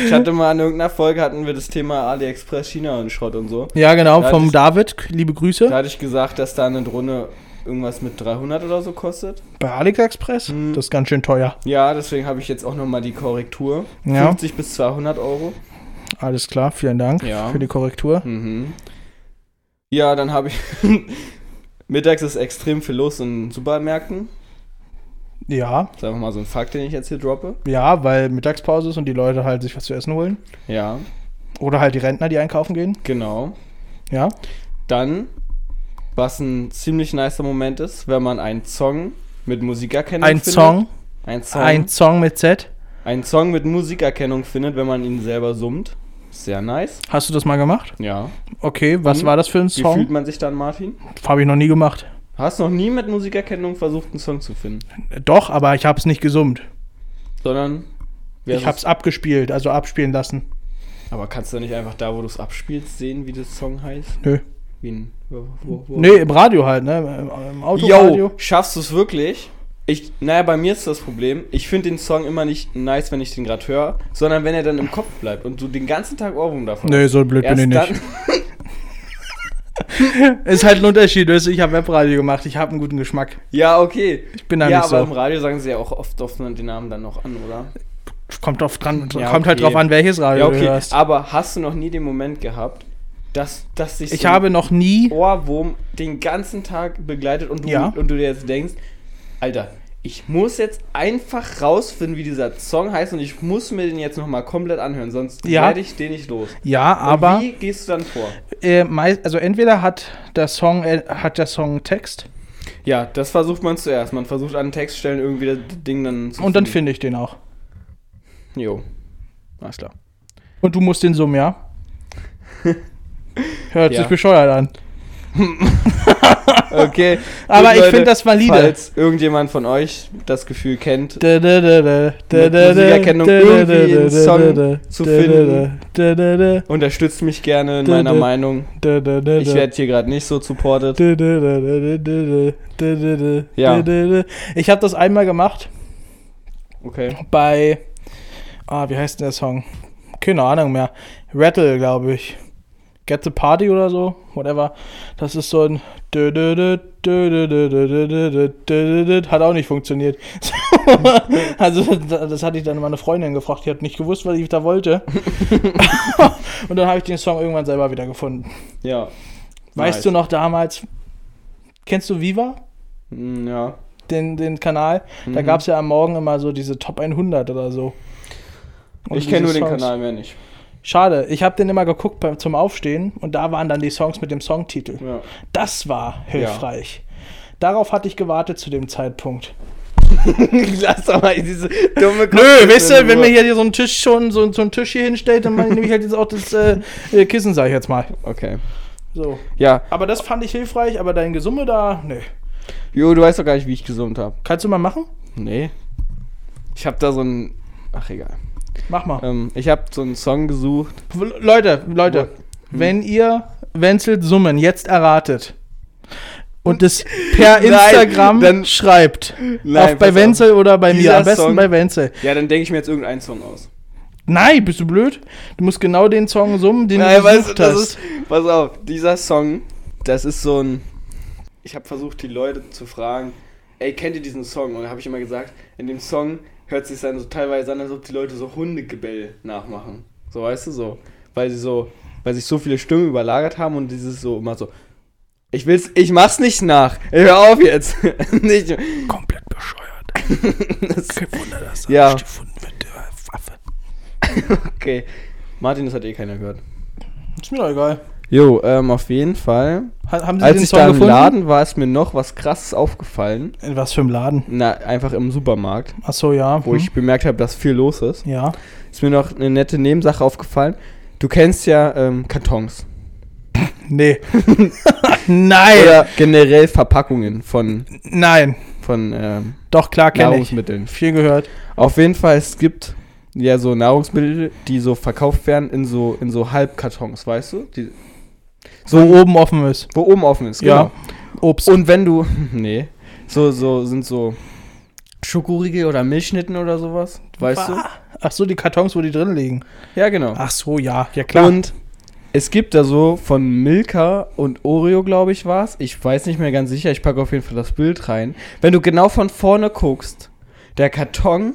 [SPEAKER 1] ich hatte mal in irgendeiner Folge hatten wir das Thema AliExpress, China und Schrott und so.
[SPEAKER 2] Ja, genau,
[SPEAKER 1] Da
[SPEAKER 2] vom
[SPEAKER 1] ist-
[SPEAKER 2] David. Liebe Grüße.
[SPEAKER 1] Da hatte ich gesagt, dass da eine Drohne irgendwas mit 300 oder so kostet.
[SPEAKER 2] Bei AliExpress.
[SPEAKER 1] Hm.
[SPEAKER 2] Das ist ganz schön teuer.
[SPEAKER 1] Ja, deswegen habe ich jetzt auch nochmal die Korrektur.
[SPEAKER 2] Ja.
[SPEAKER 1] 50 bis 200 Euro.
[SPEAKER 2] Alles klar, vielen Dank
[SPEAKER 1] Ja.
[SPEAKER 2] für die Korrektur.
[SPEAKER 1] Mhm. Ja, dann habe ich. [laughs] Mittags ist extrem viel los in Supermärkten.
[SPEAKER 2] Ja,
[SPEAKER 1] Das ist einfach mal so ein Fakt, den ich jetzt hier droppe.
[SPEAKER 2] ja, weil Mittagspause ist und die Leute halt sich was zu essen holen.
[SPEAKER 1] Ja,
[SPEAKER 2] Oder halt die Rentner, die einkaufen gehen.
[SPEAKER 1] genau.
[SPEAKER 2] Ja.
[SPEAKER 1] Dann, was ein ziemlich nicer Moment ist, wenn man einen Song mit Musikerkennung
[SPEAKER 2] Ein
[SPEAKER 1] findet.
[SPEAKER 2] Song,
[SPEAKER 1] Ein Song.
[SPEAKER 2] ein Song mit Z.
[SPEAKER 1] Einen Song mit Musikerkennung findet, wenn man ihn selber summt. Sehr nice.
[SPEAKER 2] Hast du das mal gemacht?
[SPEAKER 1] Ja.
[SPEAKER 2] Okay, was
[SPEAKER 1] Hm.
[SPEAKER 2] war das für ein
[SPEAKER 1] Wie fühlt
[SPEAKER 2] Song?
[SPEAKER 1] man sich dann, Martin?
[SPEAKER 2] Habe ich noch nie gemacht.
[SPEAKER 1] Hast noch nie mit Musikerkennung versucht, einen Song zu finden,
[SPEAKER 2] Doch, aber ich habe es nicht gesummt.
[SPEAKER 1] sondern wer
[SPEAKER 2] Ich habe es abgespielt, also abspielen lassen.
[SPEAKER 1] Aber kannst du nicht einfach da, wo du es abspielst, sehen, wie der Song heißt?
[SPEAKER 2] Nö.
[SPEAKER 1] Wie ein, wo, wo, wo?
[SPEAKER 2] Nee, im Radio halt, ne? Im- Im Autoradio.
[SPEAKER 1] Yo, schaffst du es wirklich? Ich, naja, bei mir ist das Problem, ich finde den Song immer nicht nice, wenn ich den gerade höre, sondern wenn er dann im Kopf bleibt und du den ganzen Tag Ohrwurm davon
[SPEAKER 2] Nee, so blöd
[SPEAKER 1] Erst
[SPEAKER 2] bin ich nicht.
[SPEAKER 1] dann- [laughs]
[SPEAKER 2] [laughs] Ist halt ein Unterschied, weißt du, ich habe Webradio gemacht, ich habe einen guten Geschmack.
[SPEAKER 1] Ja, okay.
[SPEAKER 2] Ich bin da
[SPEAKER 1] ja,
[SPEAKER 2] nicht
[SPEAKER 1] aber
[SPEAKER 2] so.
[SPEAKER 1] im Radio sagen sie ja auch oft, oft den Namen dann noch an, oder?
[SPEAKER 2] Kommt, drauf dran,
[SPEAKER 1] Ja,
[SPEAKER 2] kommt halt
[SPEAKER 1] okay.
[SPEAKER 2] drauf an, welches Radio
[SPEAKER 1] Ja, okay. Ah,
[SPEAKER 2] du hörst.
[SPEAKER 1] Aber hast du noch nie den Moment gehabt, dass, dass dich
[SPEAKER 2] Ich
[SPEAKER 1] so ein
[SPEAKER 2] habe noch nie.
[SPEAKER 1] Ohrwurm den ganzen Tag begleitet und du,
[SPEAKER 2] Ja.
[SPEAKER 1] und du dir jetzt denkst, Alter, Ich muss jetzt einfach rausfinden, wie dieser Song heißt und ich muss mir den jetzt nochmal komplett anhören, sonst
[SPEAKER 2] Ja.
[SPEAKER 1] werde ich den nicht los.
[SPEAKER 2] Ja, aber.
[SPEAKER 1] und wie gehst du dann vor?
[SPEAKER 2] Äh, mei- also entweder hat der Song äh, hat der Song einen Text
[SPEAKER 1] Ja, das versucht man zuerst. Man versucht an Textstellen irgendwie das Ding dann zu
[SPEAKER 2] und dann finde ich den auch.
[SPEAKER 1] Jo. Alles klar.
[SPEAKER 2] Und du musst den
[SPEAKER 1] [laughs]
[SPEAKER 2] summen, ja? Hört
[SPEAKER 1] Ja.
[SPEAKER 2] sich bescheuert an.
[SPEAKER 1] [laughs] Okay.
[SPEAKER 2] Aber
[SPEAKER 1] Gut,
[SPEAKER 2] ich
[SPEAKER 1] Leute,
[SPEAKER 2] finde das valide.
[SPEAKER 1] Falls irgendjemand von euch das Gefühl kennt,
[SPEAKER 2] Da, da, da, da, da,
[SPEAKER 1] Mit
[SPEAKER 2] da,
[SPEAKER 1] Musikerkennung
[SPEAKER 2] da, da,
[SPEAKER 1] irgendwie
[SPEAKER 2] da,
[SPEAKER 1] einen
[SPEAKER 2] da,
[SPEAKER 1] Song
[SPEAKER 2] da,
[SPEAKER 1] zu
[SPEAKER 2] da,
[SPEAKER 1] finden.
[SPEAKER 2] da, da, da,
[SPEAKER 1] unterstützt mich gerne in
[SPEAKER 2] Dö,
[SPEAKER 1] meiner
[SPEAKER 2] dö.
[SPEAKER 1] Meinung.
[SPEAKER 2] da, da, da,
[SPEAKER 1] Ich
[SPEAKER 2] da.
[SPEAKER 1] werde hier gerade nicht so supported.
[SPEAKER 2] Da, da, da, da, da, da, da, da, da,
[SPEAKER 1] Ja.
[SPEAKER 2] da, da, da. Ich habe das einmal gemacht
[SPEAKER 1] Okay.
[SPEAKER 2] bei. Ah, wie heißt denn der Song? Keine Ahnung mehr. Rattle, glaube ich. Get the Party oder so, whatever. Das ist so ein. Hat auch nicht funktioniert. [laughs] also, das hatte ich dann meine Freundin gefragt. Die hat nicht gewusst, was ich da wollte. Und dann habe ich den Song irgendwann selber wieder gefunden.
[SPEAKER 1] Ja.
[SPEAKER 2] Weißt du noch damals? Kennst du Viva?
[SPEAKER 1] noch? Hm, Ja.
[SPEAKER 2] Den, den Kanal? Da
[SPEAKER 1] Mhm.
[SPEAKER 2] gab es ja am Morgen immer so diese Top 100 oder so. Und
[SPEAKER 1] Ich kenne nur
[SPEAKER 2] diese
[SPEAKER 1] den
[SPEAKER 2] Songs.
[SPEAKER 1] Kanal mehr nicht.
[SPEAKER 2] Schade, ich habe den immer geguckt bei, zum Aufstehen und da waren dann die Songs mit dem Songtitel.
[SPEAKER 1] Ja. [laughs]
[SPEAKER 2] Das war hilfreich. Darauf hatte ich gewartet zu dem Zeitpunkt.
[SPEAKER 1] Lass doch mal diese dumme
[SPEAKER 2] Nö, weißt du, wenn mir hier so einen Tisch schon, so, so einen Tisch hier hinstellt, dann nehme ich halt jetzt auch das äh, äh, Kissen, sag ich jetzt mal.
[SPEAKER 1] Okay.
[SPEAKER 2] So.
[SPEAKER 1] Ja.
[SPEAKER 2] Aber das fand ich hilfreich, aber dein Gesumme da, nö.
[SPEAKER 1] Jo, du weißt doch gar nicht, wie ich gesummt habe.
[SPEAKER 2] Kannst du mal machen?
[SPEAKER 1] Nee. Ich habe da so ein. Ach, egal.
[SPEAKER 2] Mach mal.
[SPEAKER 1] Ähm, ich habe so einen Song gesucht.
[SPEAKER 2] W- Leute, Leute,
[SPEAKER 1] Hm.
[SPEAKER 2] wenn ihr Wenzel Summen jetzt erratet und es
[SPEAKER 1] [laughs]
[SPEAKER 2] per
[SPEAKER 1] Nein,
[SPEAKER 2] Instagram
[SPEAKER 1] dann-
[SPEAKER 2] schreibt,
[SPEAKER 1] Nein,
[SPEAKER 2] auf, bei
[SPEAKER 1] pass
[SPEAKER 2] Wenzel oder bei mir,
[SPEAKER 1] Dieser
[SPEAKER 2] am besten
[SPEAKER 1] Song-
[SPEAKER 2] bei Wenzel.
[SPEAKER 1] Ja, dann denke ich mir jetzt irgendeinen Song aus.
[SPEAKER 2] Nein, bist du blöd? Du musst genau den Song summen, den du
[SPEAKER 1] weißt
[SPEAKER 2] gesucht
[SPEAKER 1] das
[SPEAKER 2] hast.
[SPEAKER 1] ist. Pass auf, dieser Song, das ist so ein. Ich habe versucht, die Leute zu fragen, ey, kennt ihr diesen Song? Und da habe ich immer gesagt, in dem Song hört sich dann so teilweise an, als ob die Leute so Hundegebell nachmachen. So, weißt du, so. Weil sie so, weil sich so viele Stimmen überlagert haben und dieses so immer so. Ich will's, ich mach's nicht nach. Ey, Hör auf jetzt. [laughs] nicht,
[SPEAKER 2] komplett [laughs] bescheuert.
[SPEAKER 1] das,
[SPEAKER 2] Kein Wunder, dass
[SPEAKER 1] Ja.
[SPEAKER 2] nicht gefunden wird, der Waffe.
[SPEAKER 1] okay. Martin, das hat eh keiner gehört.
[SPEAKER 2] Ist mir doch egal.
[SPEAKER 1] Jo, ähm, auf jeden Fall.
[SPEAKER 2] Ha- Haben Sie
[SPEAKER 1] Als
[SPEAKER 2] den
[SPEAKER 1] ich
[SPEAKER 2] Song
[SPEAKER 1] da im
[SPEAKER 2] gefunden?
[SPEAKER 1] Laden war, ist mir noch was krasses aufgefallen.
[SPEAKER 2] In was für einem Laden?
[SPEAKER 1] Na, einfach im Supermarkt,
[SPEAKER 2] Achso, ja.
[SPEAKER 1] wo
[SPEAKER 2] hm.
[SPEAKER 1] ich bemerkt habe, dass viel los ist.
[SPEAKER 2] ja.
[SPEAKER 1] Ist mir noch eine nette Nebensache aufgefallen. Du kennst ja ähm, Kartons. [laughs]
[SPEAKER 2] Nee. [laughs] nein.
[SPEAKER 1] Oder generell Verpackungen von,
[SPEAKER 2] Nein.
[SPEAKER 1] von ähm,
[SPEAKER 2] Doch, klar kenne ich.
[SPEAKER 1] Nahrungsmitteln.
[SPEAKER 2] Viel gehört.
[SPEAKER 1] Auf jeden Fall, es gibt ja so Nahrungsmittel, die so verkauft werden in so, in so Halbkartons, weißt du? Die,
[SPEAKER 2] So oben offen ist.
[SPEAKER 1] wo oben offen ist, genau.
[SPEAKER 2] Ja. Obst.
[SPEAKER 1] Und wenn du. [laughs] Nee. So, so, sind so Schokoriegel oder Milchschnitten oder sowas. Weißt du?
[SPEAKER 2] Ach so, die Kartons, wo die drin liegen.
[SPEAKER 1] Ja, genau.
[SPEAKER 2] Ach so, ja, ja klar.
[SPEAKER 1] Und es gibt da so von Milka und Oreo, glaube ich, war es. Ich weiß nicht mehr ganz sicher. Ich packe auf jeden Fall das Bild rein. Wenn du genau von vorne guckst, der Karton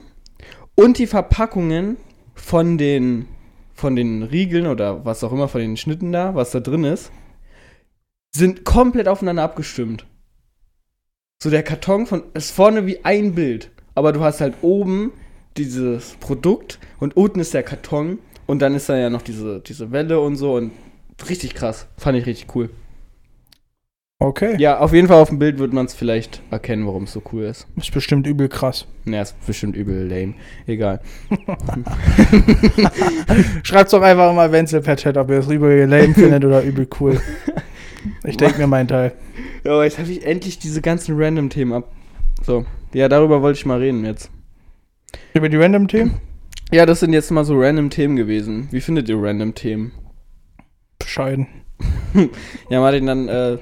[SPEAKER 1] und die Verpackungen von den, von den Riegeln oder was auch immer, von den Schnitten da, was da drin ist, sind komplett aufeinander abgestimmt. So der Karton von, ist vorne wie ein Bild. Aber du hast halt oben dieses Produkt und unten ist der Karton und dann ist da ja noch diese, diese Welle und so und richtig krass. Fand ich richtig cool.
[SPEAKER 2] okay.
[SPEAKER 1] Ja, auf jeden Fall auf dem Bild wird man es vielleicht erkennen, warum es so cool ist.
[SPEAKER 2] Ist bestimmt übel krass.
[SPEAKER 1] Naja, ist bestimmt übel lame. Egal.
[SPEAKER 2] Schreibt's doch einfach mal Wenzel per Chat, ob ihr es übel
[SPEAKER 1] [laughs]
[SPEAKER 2] lame findet oder übel cool. Ich denke mir meinen Teil.
[SPEAKER 1] Ja, aber jetzt habe ich endlich diese ganzen random Themen ab. So. Ja, darüber wollte ich mal reden jetzt.
[SPEAKER 2] Über die Random-Themen?
[SPEAKER 1] Ja, das sind jetzt mal so random Themen gewesen. Wie findet ihr random Themen?
[SPEAKER 2] Bescheiden.
[SPEAKER 1] Ja, Martin, dann äh,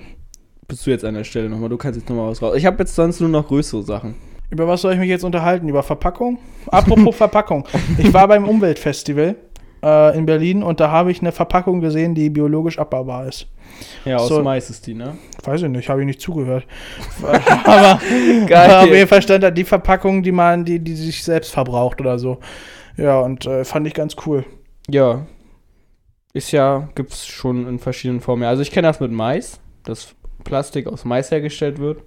[SPEAKER 1] bist du jetzt an der Stelle nochmal. Du kannst jetzt nochmal was raus. Ich habe jetzt sonst nur noch größere Sachen.
[SPEAKER 2] Über was soll ich mich jetzt unterhalten? Über Verpackung?
[SPEAKER 1] [laughs]
[SPEAKER 2] Apropos Verpackung. Ich war beim Umweltfestival äh, in Berlin und da habe ich eine Verpackung gesehen, die biologisch abbaubar ist.
[SPEAKER 1] Ja, aus
[SPEAKER 2] So.
[SPEAKER 1] Mais ist die, ne?
[SPEAKER 2] Weiß ich nicht, habe ich nicht zugehört. Aber Aber auf jeden Fall stand da die Verpackung, die man, die, die sich selbst verbraucht oder so. Ja, und äh, fand ich ganz cool.
[SPEAKER 1] Ja. Ist ja, gibt's schon in verschiedenen Formen. Also ich kenne das mit Mais, dass Plastik aus Mais hergestellt wird.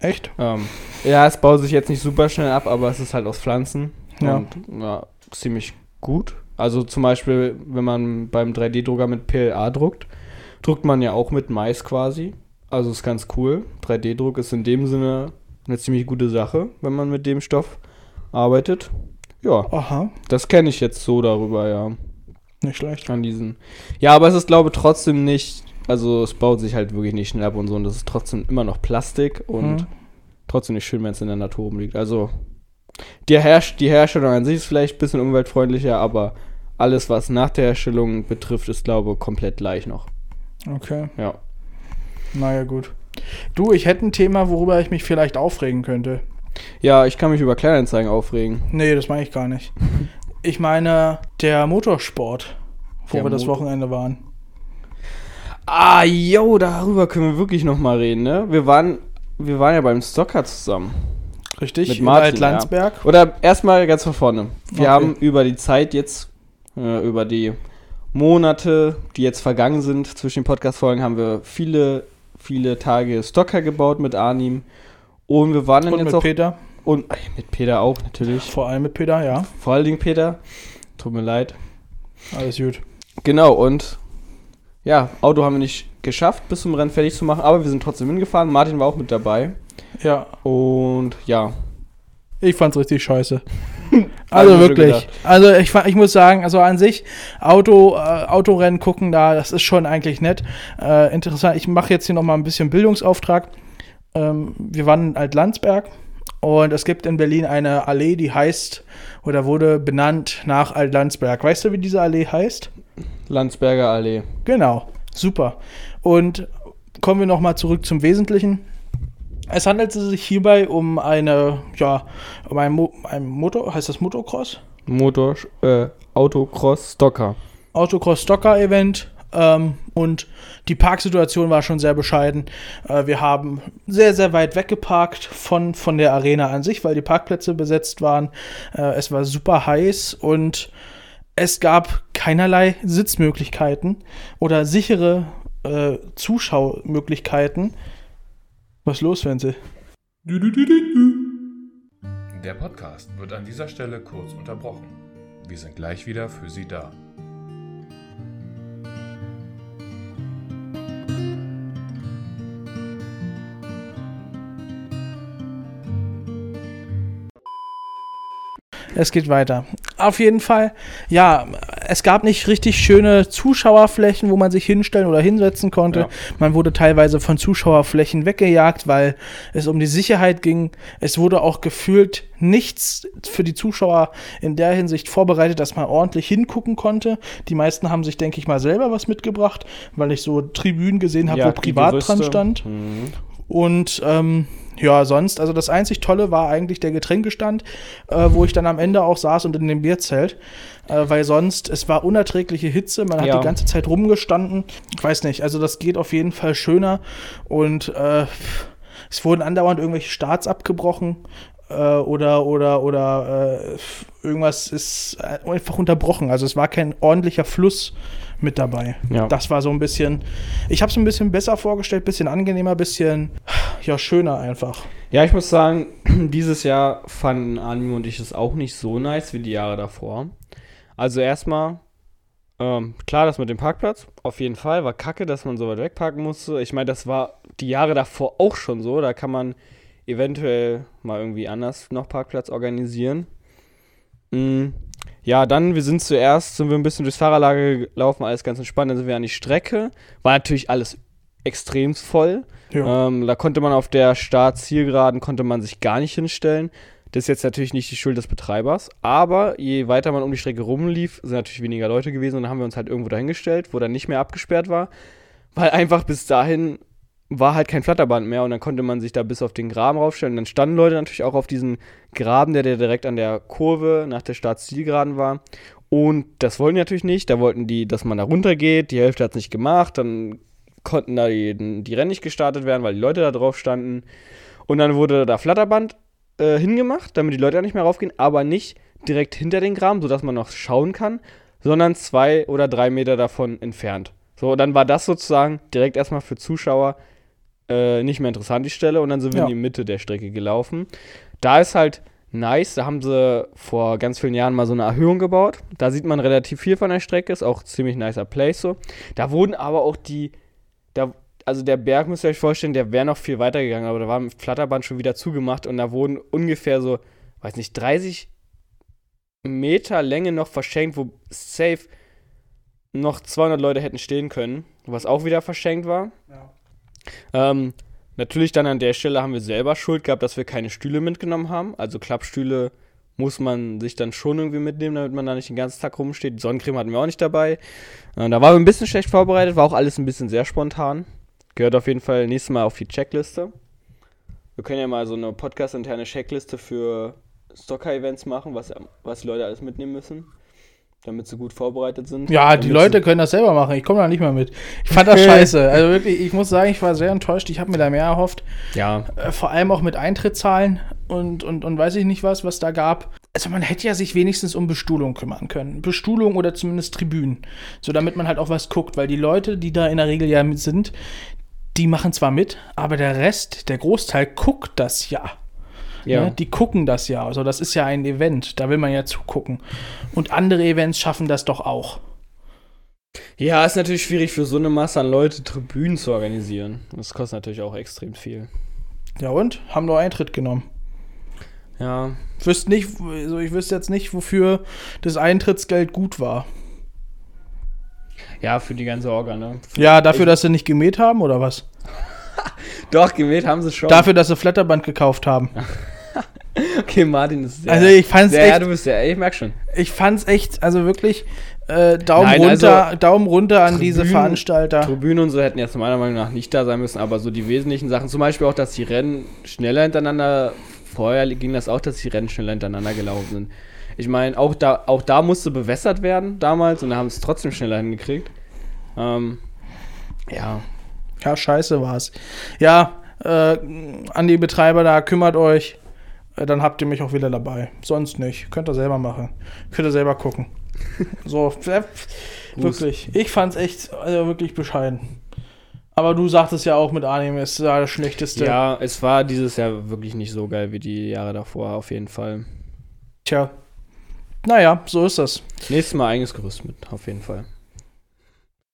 [SPEAKER 2] Echt?
[SPEAKER 1] Ähm, ja, es baut sich jetzt nicht super schnell ab, aber es ist halt aus Pflanzen.
[SPEAKER 2] Ja.
[SPEAKER 1] Und ja, ziemlich gut. Also zum Beispiel, wenn man beim 3D-Drucker mit PLA druckt, druckt man ja auch mit Mais quasi. Also ist ganz cool. 3D-Druck ist in dem Sinne eine ziemlich gute Sache, wenn man mit dem Stoff arbeitet. Ja,
[SPEAKER 2] Aha,
[SPEAKER 1] das kenne ich jetzt so darüber, ja.
[SPEAKER 2] nicht schlecht.
[SPEAKER 1] An diesen. Ja, aber es ist, glaube ich, trotzdem nicht. Also es baut sich halt wirklich nicht schnell ab und so. Und das ist trotzdem immer noch Plastik und
[SPEAKER 2] Hm.
[SPEAKER 1] trotzdem nicht schön, wenn es in der Natur rumliegt. Also die, Herst die Herstellung an sich ist vielleicht ein bisschen umweltfreundlicher, aber alles, was nach der Herstellung betrifft, ist, glaube ich, komplett gleich noch.
[SPEAKER 2] Okay,
[SPEAKER 1] Ja.
[SPEAKER 2] naja, gut. Du, ich hätte ein Thema, worüber ich mich vielleicht aufregen könnte.
[SPEAKER 1] Ja, ich kann mich über Kleinanzeigen aufregen.
[SPEAKER 2] Nee, das meine ich gar nicht. Ich meine, der Motorsport, wo
[SPEAKER 1] Der
[SPEAKER 2] wir das
[SPEAKER 1] Motor-
[SPEAKER 2] Wochenende waren.
[SPEAKER 1] Ah, yo, darüber können wir wirklich noch mal reden, ne? Wir waren, wir waren ja beim Stocker zusammen.
[SPEAKER 2] Richtig?
[SPEAKER 1] Mit
[SPEAKER 2] In
[SPEAKER 1] Martin,
[SPEAKER 2] Alt-Landsberg.
[SPEAKER 1] Oder erstmal ganz von vorne. Wir
[SPEAKER 2] Okay.
[SPEAKER 1] haben über die Zeit jetzt, äh, über die Monate, die jetzt vergangen sind zwischen den Podcast-Folgen, haben wir viele, viele Tage Stocker gebaut mit Arnim. Und wir waren dann
[SPEAKER 2] Und
[SPEAKER 1] jetzt
[SPEAKER 2] mit
[SPEAKER 1] auch.
[SPEAKER 2] Peter.
[SPEAKER 1] und ey, mit Peter auch, natürlich.
[SPEAKER 2] Vor allem mit Peter, ja.
[SPEAKER 1] Vor allen Dingen Peter. Tut mir leid.
[SPEAKER 2] Alles gut.
[SPEAKER 1] Genau, und ja, Auto haben wir nicht geschafft, bis zum Rennen fertig zu machen, aber wir sind trotzdem hingefahren. Martin war auch mit dabei.
[SPEAKER 2] Ja,
[SPEAKER 1] Und ja,
[SPEAKER 2] Ich fand's richtig
[SPEAKER 1] [laughs]
[SPEAKER 2] scheiße.
[SPEAKER 1] Hab
[SPEAKER 2] Also
[SPEAKER 1] ich mir
[SPEAKER 2] wirklich.
[SPEAKER 1] gedacht.
[SPEAKER 2] Also ich, fa- ich muss sagen, also an sich, Auto, äh, Autorennen gucken da, das ist schon eigentlich nett. Äh, interessant, ich mache jetzt hier nochmal ein bisschen Bildungsauftrag. Ähm, wir waren in Altlandsberg und es gibt in Berlin eine Allee, die heißt oder wurde benannt nach Altlandsberg. Weißt du, wie diese Allee heißt?
[SPEAKER 1] Landsberger Allee.
[SPEAKER 2] Genau, super. Und kommen wir nochmal zurück zum Wesentlichen. Es handelte sich hierbei um eine, ja, um ein, Mo ein Motor, heißt das Motocross?
[SPEAKER 1] Motor, äh, Autocross Stocker.
[SPEAKER 2] Autocross-Stocker-Event. Ähm, und die Parksituation war schon sehr bescheiden. Äh, wir haben sehr, sehr weit weggeparkt von, von der Arena an sich, weil die Parkplätze besetzt waren. Äh, es war super heiß und es gab keinerlei Sitzmöglichkeiten oder sichere äh, Zuschauermöglichkeiten. Was ist los, Wenzel?
[SPEAKER 4] Der Podcast wird an dieser Stelle kurz unterbrochen. Wir sind gleich wieder für Sie da.
[SPEAKER 2] Es geht weiter. Auf jeden Fall, ja, es gab nicht richtig schöne Zuschauerflächen, wo man sich hinstellen oder hinsetzen konnte.
[SPEAKER 1] Ja.
[SPEAKER 2] Man wurde teilweise von Zuschauerflächen weggejagt, weil es um die Sicherheit ging. Es wurde auch gefühlt nichts für die Zuschauer in der Hinsicht vorbereitet, dass man ordentlich hingucken konnte. Die meisten haben sich, denke ich mal, selber was mitgebracht, weil ich so Tribünen gesehen habe, wo
[SPEAKER 1] die
[SPEAKER 2] privat dran
[SPEAKER 1] Gerüste.
[SPEAKER 2] stand.
[SPEAKER 1] Mhm.
[SPEAKER 2] Und ähm, ja, sonst, also das einzig Tolle war eigentlich der Getränkestand, äh, wo ich dann am Ende auch saß und in dem Bierzelt. Äh, weil sonst, es war unerträgliche Hitze, man hat
[SPEAKER 1] Ja.
[SPEAKER 2] die ganze Zeit rumgestanden. Ich weiß nicht, also das geht auf jeden Fall schöner. Und äh, es wurden andauernd irgendwelche Starts abgebrochen. äh, Oder, oder, oder äh, irgendwas ist äh, einfach unterbrochen. Also es war kein ordentlicher Fluss mit dabei.
[SPEAKER 1] Ja.
[SPEAKER 2] Das war so ein bisschen, ich habe es ein bisschen besser vorgestellt, bisschen angenehmer, bisschen, ja, schöner einfach.
[SPEAKER 1] Ja, ich muss sagen, [clears throat] dieses Jahr fanden Anime und ich es auch nicht so nice wie die Jahre davor. Also erstmal, ähm, klar, das mit dem Parkplatz, auf jeden Fall, war kacke, dass man so weit wegparken musste. Ich meine, das war die Jahre davor auch schon so. Da kann man eventuell mal irgendwie anders noch Parkplatz organisieren. Mm, Ja, dann, wir sind zuerst, sind wir ein bisschen durchs Fahrerlager gelaufen, alles ganz entspannt, dann sind wir an die Strecke. War natürlich alles extrem voll.
[SPEAKER 2] Ja.
[SPEAKER 1] Ähm, da konnte man auf der Startzielgeraden konnte man sich gar nicht hinstellen. Das ist jetzt natürlich nicht die Schuld des Betreibers, aber je weiter man um die Strecke rumlief, sind natürlich weniger Leute gewesen und dann haben wir uns halt irgendwo dahingestellt, wo dann nicht mehr abgesperrt war, weil einfach bis dahin war halt kein Flatterband mehr und dann konnte man sich da bis auf den Graben raufstellen. Und dann standen Leute natürlich auch auf diesem Graben, der, der direkt an der Kurve nach der Startzielgeraden war. Und das wollen die natürlich nicht. Da wollten die, dass man da runtergeht. Die Hälfte hat es nicht gemacht. Dann konnten da die, die Rennen nicht gestartet werden, weil die Leute da drauf standen. Und dann wurde da Flatterband äh, hingemacht, damit die Leute da nicht mehr raufgehen, aber nicht direkt hinter den Graben, sodass man noch schauen kann, sondern zwei oder drei Meter davon entfernt. So, und dann war das sozusagen direkt erstmal für Zuschauer äh, nicht mehr interessant, die Stelle. Und dann sind wir
[SPEAKER 2] Ja.
[SPEAKER 1] in die Mitte der Strecke gelaufen. Da ist halt nice, da haben sie vor ganz vielen Jahren mal so eine Erhöhung gebaut. Da sieht man relativ viel von der Strecke, ist auch ziemlich nicer Place so. Da wurden aber auch die, da, also der Berg, müsst ihr euch vorstellen, der wäre noch viel weiter gegangen, aber da war ein Flatterband schon wieder zugemacht und da wurden ungefähr so, weiß nicht, 30 Meter Länge noch verschenkt, wo safe noch 200 Leute hätten stehen können, was auch wieder verschenkt war. Ähm, natürlich dann an der Stelle haben wir selber Schuld gehabt, dass wir keine Stühle mitgenommen haben. Also Klappstühle muss man sich dann schon irgendwie mitnehmen, damit man da nicht den ganzen Tag rumsteht. Sonnencreme hatten wir auch nicht dabei. Äh, da waren wir ein bisschen schlecht vorbereitet, war auch alles ein bisschen sehr spontan. Gehört auf jeden Fall nächstes Mal auf die Checkliste. Wir können ja mal so eine podcast-interne Checkliste für Stocker-Events machen, was, was die Leute alles mitnehmen müssen, damit sie gut vorbereitet sind.
[SPEAKER 2] Ja, die
[SPEAKER 1] Damit
[SPEAKER 2] Leute können das selber machen. Ich komme da nicht mehr mit. Ich fand das scheiße. Also wirklich, ich muss sagen, ich war sehr enttäuscht. Ich habe mir da mehr erhofft.
[SPEAKER 1] Sie, ja,
[SPEAKER 2] Äh, Vor allem auch mit Eintrittszahlen und, und, und weiß ich nicht was, was da gab. Also man hätte ja sich wenigstens um Bestuhlung kümmern können. Bestuhlung oder zumindest Tribünen. So damit man halt auch was guckt, weil die Leute, die da in der Regel ja mit sind, die machen zwar mit, aber der Rest, der Großteil guckt das ja.
[SPEAKER 1] ja.
[SPEAKER 2] Ne? Die gucken das ja. Also das ist ja ein Event, da will man ja zugucken. Und andere Events schaffen das doch auch.
[SPEAKER 1] Ja, ist natürlich schwierig für so eine Masse an Leute Tribünen zu organisieren. Das kostet natürlich auch extrem viel.
[SPEAKER 2] Ja und? Haben nur Eintritt genommen.
[SPEAKER 1] Ja,
[SPEAKER 2] Ich wüsste nicht, also ich wüsste jetzt nicht, wofür das Eintrittsgeld gut war.
[SPEAKER 1] ja, für die ganze Orga, ne?
[SPEAKER 2] Ja, dafür, dass sie nicht gemäht haben oder was?
[SPEAKER 1] Doch, gemäht haben sie schon.
[SPEAKER 2] Dafür, dass sie Flatterband gekauft haben.
[SPEAKER 1] okay, Martin ist sehr.
[SPEAKER 2] Also ich fand's
[SPEAKER 1] sehr, ja,
[SPEAKER 2] echt-
[SPEAKER 1] du bist ja, ich merk schon.
[SPEAKER 2] Ich fand's echt, also wirklich, äh, Daumen
[SPEAKER 1] Nein, also-
[SPEAKER 2] runter, Daumen runter an diese
[SPEAKER 1] Tribünen-
[SPEAKER 2] Veranstalter.
[SPEAKER 1] Tribünen und so hätten jetzt meiner Meinung nach nicht da sein müssen, aber so die wesentlichen Sachen, zum Beispiel auch, dass die Rennen schneller hintereinander, vorher ging das auch, dass die Rennen schneller hintereinander gelaufen sind. Ich meine, auch da, auch da musste bewässert werden damals und da haben sie es trotzdem schneller hingekriegt. Ähm, ja,
[SPEAKER 2] Ja, scheiße war's. Ja, äh, an die Betreiber da, kümmert euch. Äh, Dann habt ihr mich auch wieder dabei. Sonst nicht. Könnt ihr selber machen. Könnt ihr
[SPEAKER 1] [laughs]
[SPEAKER 2] selber gucken. so, äh, wirklich. Ich fand's echt, also wirklich bescheiden. Aber du sagtest ja auch mit Anime, es war das Schlechteste.
[SPEAKER 1] Ja, es war dieses Jahr wirklich nicht so geil wie die Jahre davor, auf jeden Fall.
[SPEAKER 2] Tja. Naja, so ist das.
[SPEAKER 1] Nächstes Mal eigenes Gerüst mit, auf jeden Fall.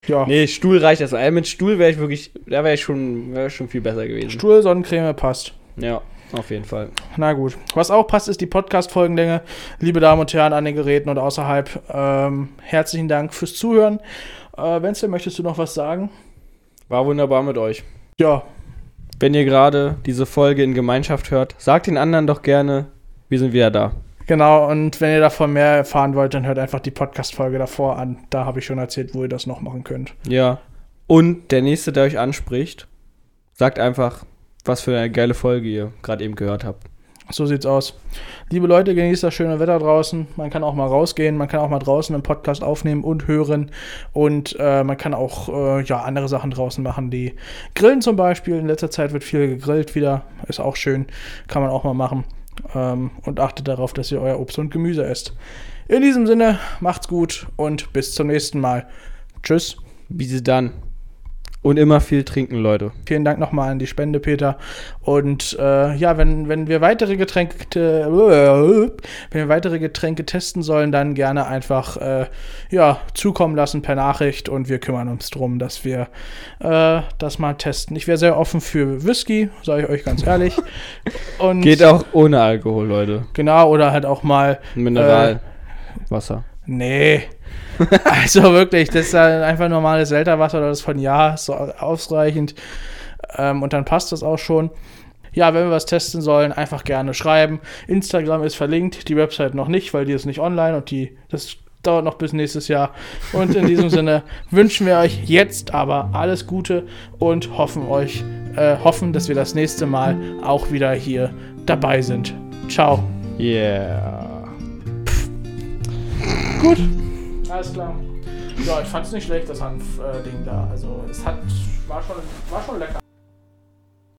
[SPEAKER 2] Ja.
[SPEAKER 1] Nee, Stuhl reicht das. Also mit Stuhl wäre ich wirklich, da wäre ich schon, wär schon viel besser gewesen.
[SPEAKER 2] Stuhl, Sonnencreme passt.
[SPEAKER 1] ja, auf jeden Fall.
[SPEAKER 2] Na gut. Was auch passt, ist die Podcast-Folgenlänge. Liebe Damen und Herren an den Geräten und außerhalb, ähm, herzlichen Dank fürs Zuhören. Äh, Wenzel, möchtest du noch was sagen?
[SPEAKER 1] War wunderbar mit euch.
[SPEAKER 2] Ja,
[SPEAKER 1] Wenn ihr gerade diese Folge in Gemeinschaft hört, sagt den anderen doch gerne, wir sind wieder da.
[SPEAKER 2] genau. Und wenn ihr davon mehr erfahren wollt, dann hört einfach die Podcast-Folge davor an. Da habe ich schon erzählt, wo ihr das noch machen könnt.
[SPEAKER 1] Ja. Und der Nächste, der euch anspricht, sagt einfach, was für eine geile Folge ihr gerade eben gehört habt.
[SPEAKER 2] So sieht's aus. Liebe Leute, genießt das schöne Wetter draußen. Man kann auch mal rausgehen, man kann auch mal draußen einen Podcast aufnehmen und hören. Und äh, man kann auch äh, ja, andere Sachen draußen machen, die Grillen zum Beispiel. In letzter Zeit wird viel gegrillt wieder. Ist auch schön. Kann man auch mal machen. Ähm, und achtet darauf, dass ihr euer Obst und Gemüse esst. In diesem Sinne, macht's gut und bis zum nächsten Mal. Tschüss.
[SPEAKER 1] Bis dann. Und immer viel trinken, Leute.
[SPEAKER 2] Vielen Dank nochmal an die Spende, Peter. Und äh, ja, wenn, wenn wir weitere Getränke, äh, wenn wir weitere Getränke testen sollen, dann gerne einfach äh, ja, zukommen lassen per Nachricht und wir kümmern uns drum, dass wir äh, das mal testen. Ich wäre sehr offen für Whisky, sage ich euch ganz
[SPEAKER 1] [laughs]
[SPEAKER 2] ehrlich. Und
[SPEAKER 1] Geht auch ohne Alkohol, Leute.
[SPEAKER 2] Genau, oder halt auch mal äh,
[SPEAKER 1] Mineral. Wasser.
[SPEAKER 2] Nee. [laughs] also wirklich, das ist dann einfach normales Selterwasser oder das von ja, ist so ausreichend. Ähm, und dann passt das auch schon. Ja, wenn wir was testen sollen, einfach gerne schreiben. Instagram ist verlinkt, die Website noch nicht, weil die ist nicht online und die das dauert noch bis nächstes Jahr. Und in diesem Sinne wünschen wir euch jetzt aber alles Gute und hoffen euch, äh, hoffen, dass wir das nächste Mal auch wieder hier dabei sind. Ciao.
[SPEAKER 1] Yeah.
[SPEAKER 2] Gut. Alles äh, klar. Ja, ich fand's nicht schlecht, das Hanf-Ding da. Also, es hat, war, schon, war schon lecker.